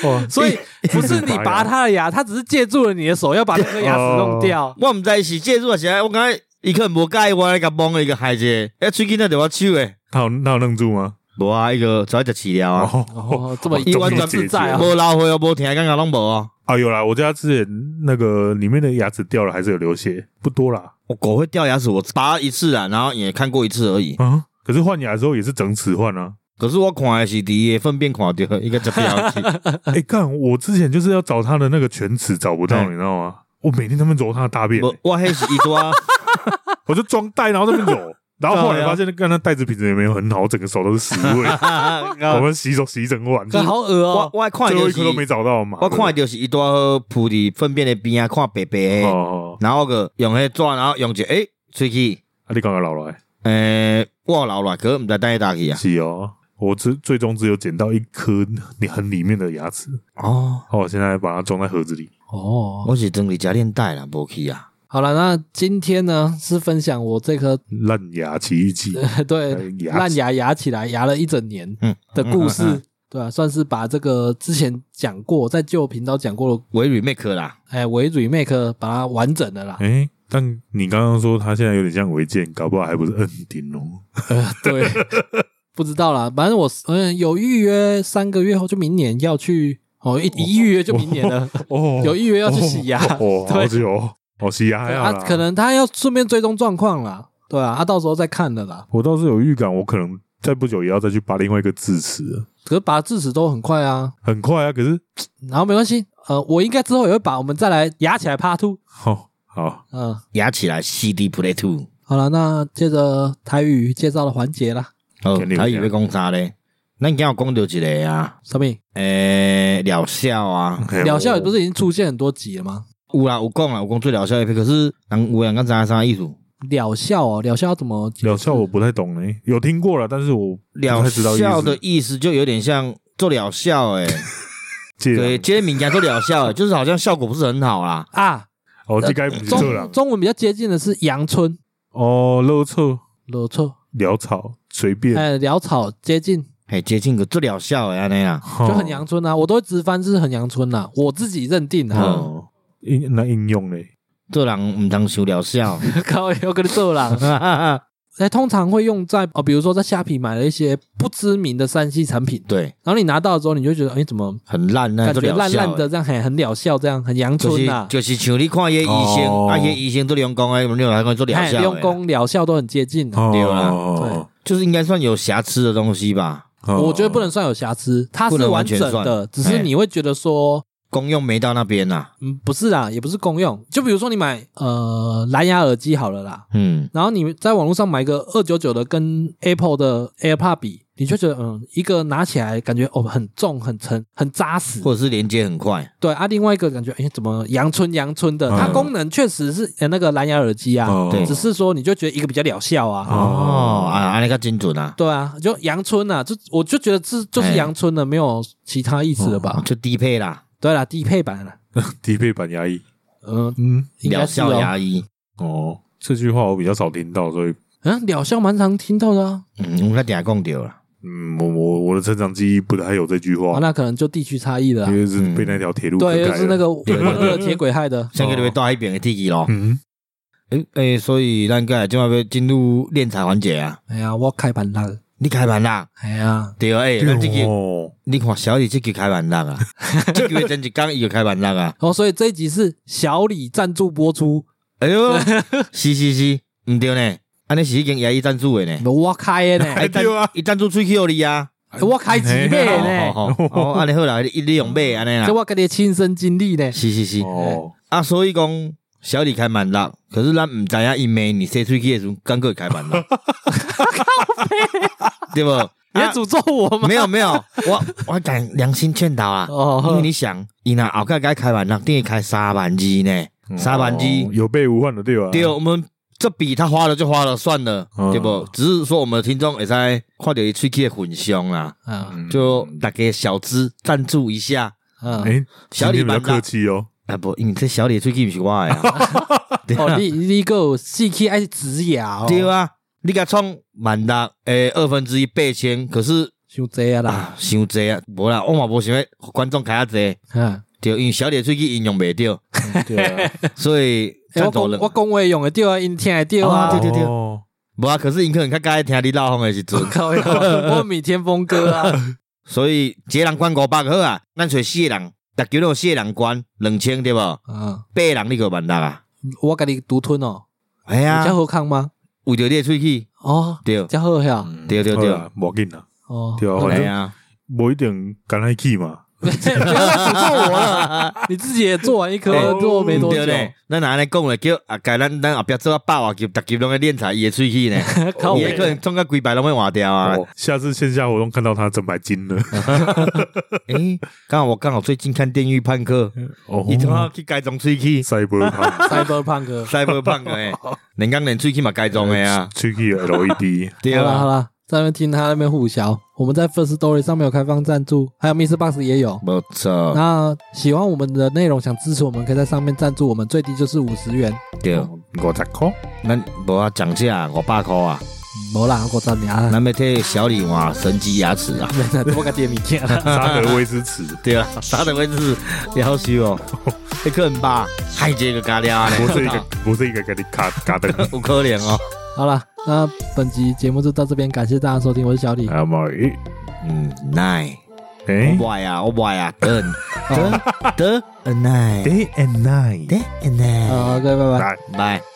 Speaker 3: 哦，
Speaker 1: 所以不是你拔它的牙，它只是借助了你的手要把那个牙齿弄掉。
Speaker 2: 我毋知是借助还是啥，我感觉伊可能无介意啊我来甲摸了一个海者，哎喙齿那伫我手诶，
Speaker 3: 它有它有愣住吗？
Speaker 2: 无啊，伊个早就饲了啊，
Speaker 3: 哦，
Speaker 1: 哦，这么
Speaker 2: 一
Speaker 1: 一
Speaker 2: 完
Speaker 1: 完
Speaker 2: 全
Speaker 1: 全
Speaker 3: 解决
Speaker 1: 自在啊！
Speaker 2: 无老血哦，无疼，感觉拢无哦。
Speaker 3: 啊，有啦，我家之前那个里面的牙齿掉了，还是有流血，不多啦。
Speaker 2: 我狗会掉牙齿，我拔一次啊，然后也看过一次而已。
Speaker 3: 啊，可是换牙的时候也是整齿换啊。
Speaker 2: 可是我看的是第一粪便看到一个这标 记，
Speaker 3: 哎、干，我之前就是要找它的那个全齿找不到，
Speaker 2: 哎
Speaker 3: 你知道吗？我每天他们揉它的大便、
Speaker 2: 我我迄是一 抓，
Speaker 3: 我就装袋，然后在那边 揉。然后后
Speaker 2: 对
Speaker 3: 来
Speaker 2: 啊
Speaker 3: 发现，干那袋子品质也没有很好，我整个手都是屎味。我们洗手洗一整晚，
Speaker 1: 可好恶
Speaker 2: 我
Speaker 1: 哦！
Speaker 2: 我看的
Speaker 3: 啊最后
Speaker 2: 就
Speaker 3: 一颗
Speaker 2: 是
Speaker 3: 都没找到嘛。
Speaker 2: 我看的就是一抓铺伫粪便的边啊，看白白
Speaker 3: 哦
Speaker 2: 的，
Speaker 3: 哦，
Speaker 2: 然后个用迄纸，然后用一诶喙齿，
Speaker 3: 啊，你刚刚老来
Speaker 2: 诶，我有留落来，可是毋知带去倒去啊。
Speaker 3: 是哦。我只最终只有捡到一颗你很里面的牙齿，
Speaker 2: 哦，
Speaker 3: 哦，我现在把它装在盒子里。
Speaker 1: 哦，
Speaker 2: 我是装伫夹链袋啦，无去啊。
Speaker 1: 好了，那今天呢是分享我这颗
Speaker 3: 烂牙奇遇记，
Speaker 1: 对
Speaker 3: 呃牙齿
Speaker 1: 烂牙牙起来牙了一整年
Speaker 2: 嗯，
Speaker 1: 的故事，
Speaker 2: 嗯嗯嗯
Speaker 1: 对啊，算是把这个之前讲过在旧频道讲过的
Speaker 2: 我 remake 啦，
Speaker 1: 哎微 remake 把它完整的啦。
Speaker 3: 哎，但你刚刚说他现在有点像违建，搞不好还不是摁顶哦。
Speaker 1: 呃， 对，不知道啦，反正我嗯有预约，三个月后就明年要去哦，一一预约就明年了，
Speaker 3: 哦，
Speaker 1: 有预约要去洗牙，
Speaker 3: 哦，好
Speaker 1: 对
Speaker 3: 久哦，哦，洗牙还好
Speaker 1: 啊，
Speaker 3: 啦
Speaker 1: 可能他要顺便追踪状况啦，对啊，他到时候再看的啦。
Speaker 3: 我倒是有预感，我可能再不久也要再去拔另外一个智齿了，
Speaker 1: 可是拔智齿都很快啊，
Speaker 3: 很快啊。可是，
Speaker 1: 然后没关系，呃，我应该之后也会把我们再来牙起来趴兔，
Speaker 3: 哦，好，
Speaker 1: 嗯，
Speaker 2: 压起来 CD Play Two。
Speaker 1: 好了，那接着台语介绍的环节啦，
Speaker 2: 好，
Speaker 3: 肯定有
Speaker 2: 他以为讲啥咧？咱今有讲到一个啊，
Speaker 1: 什么？
Speaker 2: 诶、疗效啊，
Speaker 1: 疗效不
Speaker 3: 是
Speaker 1: 是已经出现很多集了吗？
Speaker 2: 有啦，有讲啦，有讲最疗效的片，可是人有人敢知影啥意思？
Speaker 1: 疗效哦，疗效要怎么解释？
Speaker 3: 疗效我不太懂嘞，有听过了，但是我不
Speaker 2: 疗
Speaker 3: 太知道
Speaker 2: 效
Speaker 3: 意
Speaker 2: 的
Speaker 3: 思。
Speaker 2: 意思就有点像做疗效 诶、
Speaker 3: 借
Speaker 2: 对，
Speaker 3: 人
Speaker 2: 今天敏感做疗效、 欸，就是好像效果不是很好啦。
Speaker 1: 啊，
Speaker 3: 哦，这该不是这
Speaker 1: 中
Speaker 3: 了
Speaker 1: 中文比较接近的是阳春，
Speaker 3: 哦，漏臭
Speaker 1: 没错，
Speaker 3: 潦草随便，
Speaker 1: 哎，潦草接近
Speaker 2: 嘿，接近个做疗效诶，安尼啊，
Speaker 3: 就
Speaker 1: 就很阳春啊，我都会直翻是很阳春呐、啊，我自己认定
Speaker 2: 嗯
Speaker 1: 的、 啊。
Speaker 3: 哦。应那应用嘞，
Speaker 2: 做人毋通想疗效，
Speaker 1: 靠，我跟你做啦。哎，通常会用在哦，比如说在虾皮买了一些不知名的山西产品，
Speaker 2: 对，
Speaker 1: 然后你拿到之后，你就觉得哎，怎么
Speaker 2: 很烂那
Speaker 1: 感
Speaker 2: 做
Speaker 1: 觉
Speaker 2: 疗
Speaker 1: 烂
Speaker 2: 效
Speaker 1: 烂的，
Speaker 2: 的，
Speaker 1: 这样很很疗效，这样很阳
Speaker 2: 就
Speaker 1: 春
Speaker 2: 是
Speaker 1: 啊。
Speaker 2: 就是像你看迄医
Speaker 3: 哦
Speaker 2: 生，啊，迄医生都用讲诶，你有还讲做疗
Speaker 1: 哎，
Speaker 2: 效，
Speaker 1: 用，功疗效都很接近啊、
Speaker 3: 哦
Speaker 2: 对啦
Speaker 3: 哦
Speaker 2: 就是应该算有瑕疵的东西吧。
Speaker 3: 哦
Speaker 1: 我觉得不能算有瑕疵，它
Speaker 2: 不
Speaker 1: 是
Speaker 2: 能完
Speaker 1: 完
Speaker 2: 全
Speaker 1: 整的，只是
Speaker 2: 哎
Speaker 1: 你会觉得说，
Speaker 2: 功用没到那边啊呐、
Speaker 1: 嗯，不是啦，也不是公用。就比如说你买呃蓝牙耳机好了啦，
Speaker 2: 嗯，
Speaker 1: 然后你在网络上买个二九九的，跟 Apple 的 AirPod 比，你就觉得嗯，一个拿起来感觉哦很重、很沉、很扎实，
Speaker 2: 或者是连接很快，
Speaker 1: 对啊。另外一个感觉哎怎么阳春阳春的，
Speaker 3: 嗯
Speaker 1: 它功能确实是呃那个蓝牙耳机啊，
Speaker 3: 哦
Speaker 2: 对
Speaker 1: 只是说你就觉得一个比较疗效啊。
Speaker 2: 哦，啊，安尼较精准啊，
Speaker 1: 对啊，就阳春呐、啊，就我就觉得这就是
Speaker 2: 哎
Speaker 1: 阳春的，没有其他意思了吧？
Speaker 2: 哦就低配啦，
Speaker 1: 对啦，低配版啦，
Speaker 3: 低配版牙医，
Speaker 1: 嗯，
Speaker 3: 嗯，
Speaker 1: 应
Speaker 2: 疗
Speaker 1: 该是
Speaker 2: 效
Speaker 1: 哦。
Speaker 2: 牙医，
Speaker 3: 哦，这句话我比较少听到，所以
Speaker 1: 嗯，疗效蛮常听到的啊。
Speaker 2: 嗯，我较定讲着啦，
Speaker 3: 嗯，我我我的成长记忆不太有这句
Speaker 1: 啊
Speaker 3: 话，
Speaker 1: 那可能就地区差异了啊
Speaker 3: 因。为是被那条铁路
Speaker 1: 对，
Speaker 3: 隔
Speaker 1: 又
Speaker 3: 开
Speaker 1: 是那
Speaker 3: 了
Speaker 1: 个万恶 铁轨害的。
Speaker 2: 先给你们到那边的天气咯。
Speaker 3: 嗯，
Speaker 2: 诶诶，所以咱个今晚要进入练财环节啊，
Speaker 1: 哎呀，我开盘啦！
Speaker 2: 你开盘啦，
Speaker 1: 哎呀，
Speaker 2: 对啊，诶，咱这
Speaker 3: 对
Speaker 2: 个
Speaker 3: 哦，
Speaker 2: 你看小李这个开盘啦啊，这个真是刚有开盘啦啊，
Speaker 1: 哦，所以这一集是小李赞助播出，
Speaker 2: 哎哟，是是是，毋对呢，安尼是已经牙医赞助 的呢，
Speaker 1: 我开的呢，
Speaker 2: 哎
Speaker 3: 对啊，
Speaker 2: 伊赞助喙去互你啊，
Speaker 1: 我开几倍
Speaker 2: 哦
Speaker 1: 呢？
Speaker 2: 哦哦哦，安尼好啦，你你用买安尼啦
Speaker 1: 这，我跟你的亲身经历呢。
Speaker 2: 是是是。
Speaker 3: 哦，
Speaker 2: 啊，所以讲小李开蛮辣，可是咱毋知影伊明年洗喙齿的时阵，刚个开蛮辣，对不？
Speaker 1: 你在
Speaker 2: 啊
Speaker 1: 诅咒我吗？
Speaker 2: 没有没有， 我我敢良心劝导啊，
Speaker 1: 哦
Speaker 2: 因为你想，伊若后盖该开蛮辣，等于开三万二呢，三万
Speaker 3: 哦
Speaker 2: 二，
Speaker 3: 有备无患的对吧？
Speaker 2: 对，我们。这笔他花了就花了，算了，
Speaker 3: 嗯
Speaker 1: 哦
Speaker 2: 对不？只是说我们的听众也在看到伊喙齿的混凶啦，
Speaker 1: 啊，
Speaker 3: 嗯，
Speaker 2: 就大家小资赞助一下。
Speaker 1: 嗯，
Speaker 3: 哎，
Speaker 2: 小李
Speaker 3: 今天比较
Speaker 2: 蛮大
Speaker 3: 客气哦，
Speaker 2: 啊不，因为这小李喙齿毋是我的啊， 对啊
Speaker 1: 哦，你你个细气爱植牙哦，
Speaker 2: 对啊，你甲创万六诶二分之一八千，可是
Speaker 1: 就这样啦，
Speaker 2: 啊，伤济啊，无啦，我嘛无想要观众开啊济，
Speaker 1: 嗯，
Speaker 2: 对，因为小姐喙齿应用袂着，
Speaker 3: 对啊，
Speaker 2: 所以
Speaker 1: 哎我
Speaker 2: 赞助
Speaker 1: 讲
Speaker 2: 人
Speaker 1: 我。讲话用的对啊，因听的对
Speaker 2: 哦
Speaker 1: 啊，
Speaker 2: 对。对对
Speaker 3: 哦
Speaker 2: 无啊，可是因可能较爱听你老风诶时阵
Speaker 1: 靠呀！我米天风哥啊，
Speaker 2: 所以一个人管五百就好啊，咱找四个人，逐球都有四个人管两千对无？八
Speaker 1: 嗯，
Speaker 2: 个人你个万六啊？
Speaker 1: 我给你独吞哦，
Speaker 2: 哎
Speaker 1: 你
Speaker 2: 呀
Speaker 1: 叫，何康吗？
Speaker 2: 为着你诶喙齿，
Speaker 1: 哦，
Speaker 2: 对
Speaker 1: 叫何呀？
Speaker 2: 对对
Speaker 3: 好
Speaker 2: 对，
Speaker 3: 啦无紧啦，
Speaker 1: 哦，
Speaker 3: 对啊，反
Speaker 2: 哎
Speaker 3: 正
Speaker 2: 呀，
Speaker 3: 无一定敢来去嘛，
Speaker 1: 不要再诅咒我了，你自己也做完一颗，
Speaker 2: 哎
Speaker 1: 做没多久
Speaker 2: 对，咧，咱安尼讲咧，叫啊，改咱咱后壁做啊百外集，逐集拢会练才伊诶喙 齿呢。
Speaker 1: 靠
Speaker 2: 也可
Speaker 1: 我，
Speaker 2: 能中个几百拢会换掉啊。
Speaker 3: 哦下次线下活动看到他整百斤了，
Speaker 2: 诶，刚好我刚好最近看《电狱判客》，
Speaker 3: 哦
Speaker 2: 伊他妈去改装喙齿
Speaker 3: ，Cyberpunk
Speaker 1: 塞波胖哥，
Speaker 2: ，Cyberpunk 诶，人工连喙齿嘛改装诶啊，
Speaker 3: 吹气 LED，
Speaker 2: 对
Speaker 1: 好了好
Speaker 2: 啊，
Speaker 1: 了，在那边听他那边互销，我们在 First Story 上面有开放赞助，还有 Mr. Box 也有。
Speaker 2: 没错，
Speaker 1: 那喜欢我们的内容，想支持我们，可以在上面赞助我们，
Speaker 3: 哦
Speaker 1: 最低就是五十元。
Speaker 2: 对，
Speaker 3: 五十块，
Speaker 2: 咱无啊涨价五百箍啊，
Speaker 1: 无啦，我十名啦，
Speaker 2: 咱要替小李换神奇牙齿啊！
Speaker 1: 我个店物件啦。
Speaker 3: 沙德威之词，
Speaker 2: 对啊，啥的位置了死哦，迄可能吧，害这个咖喱
Speaker 3: 不是一
Speaker 2: 呢
Speaker 3: 个，不是一个给你卡卡 灯，
Speaker 2: 有可怜哦。
Speaker 1: 好啦，那本集节目就到这边，感谢大家收听，我是小李，
Speaker 3: 啊妈诶
Speaker 2: 嗯，奈，
Speaker 3: 诶
Speaker 2: 我歪啊，我歪啊，等等等，奈
Speaker 3: ，day and night。
Speaker 2: 等奈，
Speaker 1: 好，各位拜拜。
Speaker 3: 来
Speaker 2: 拜。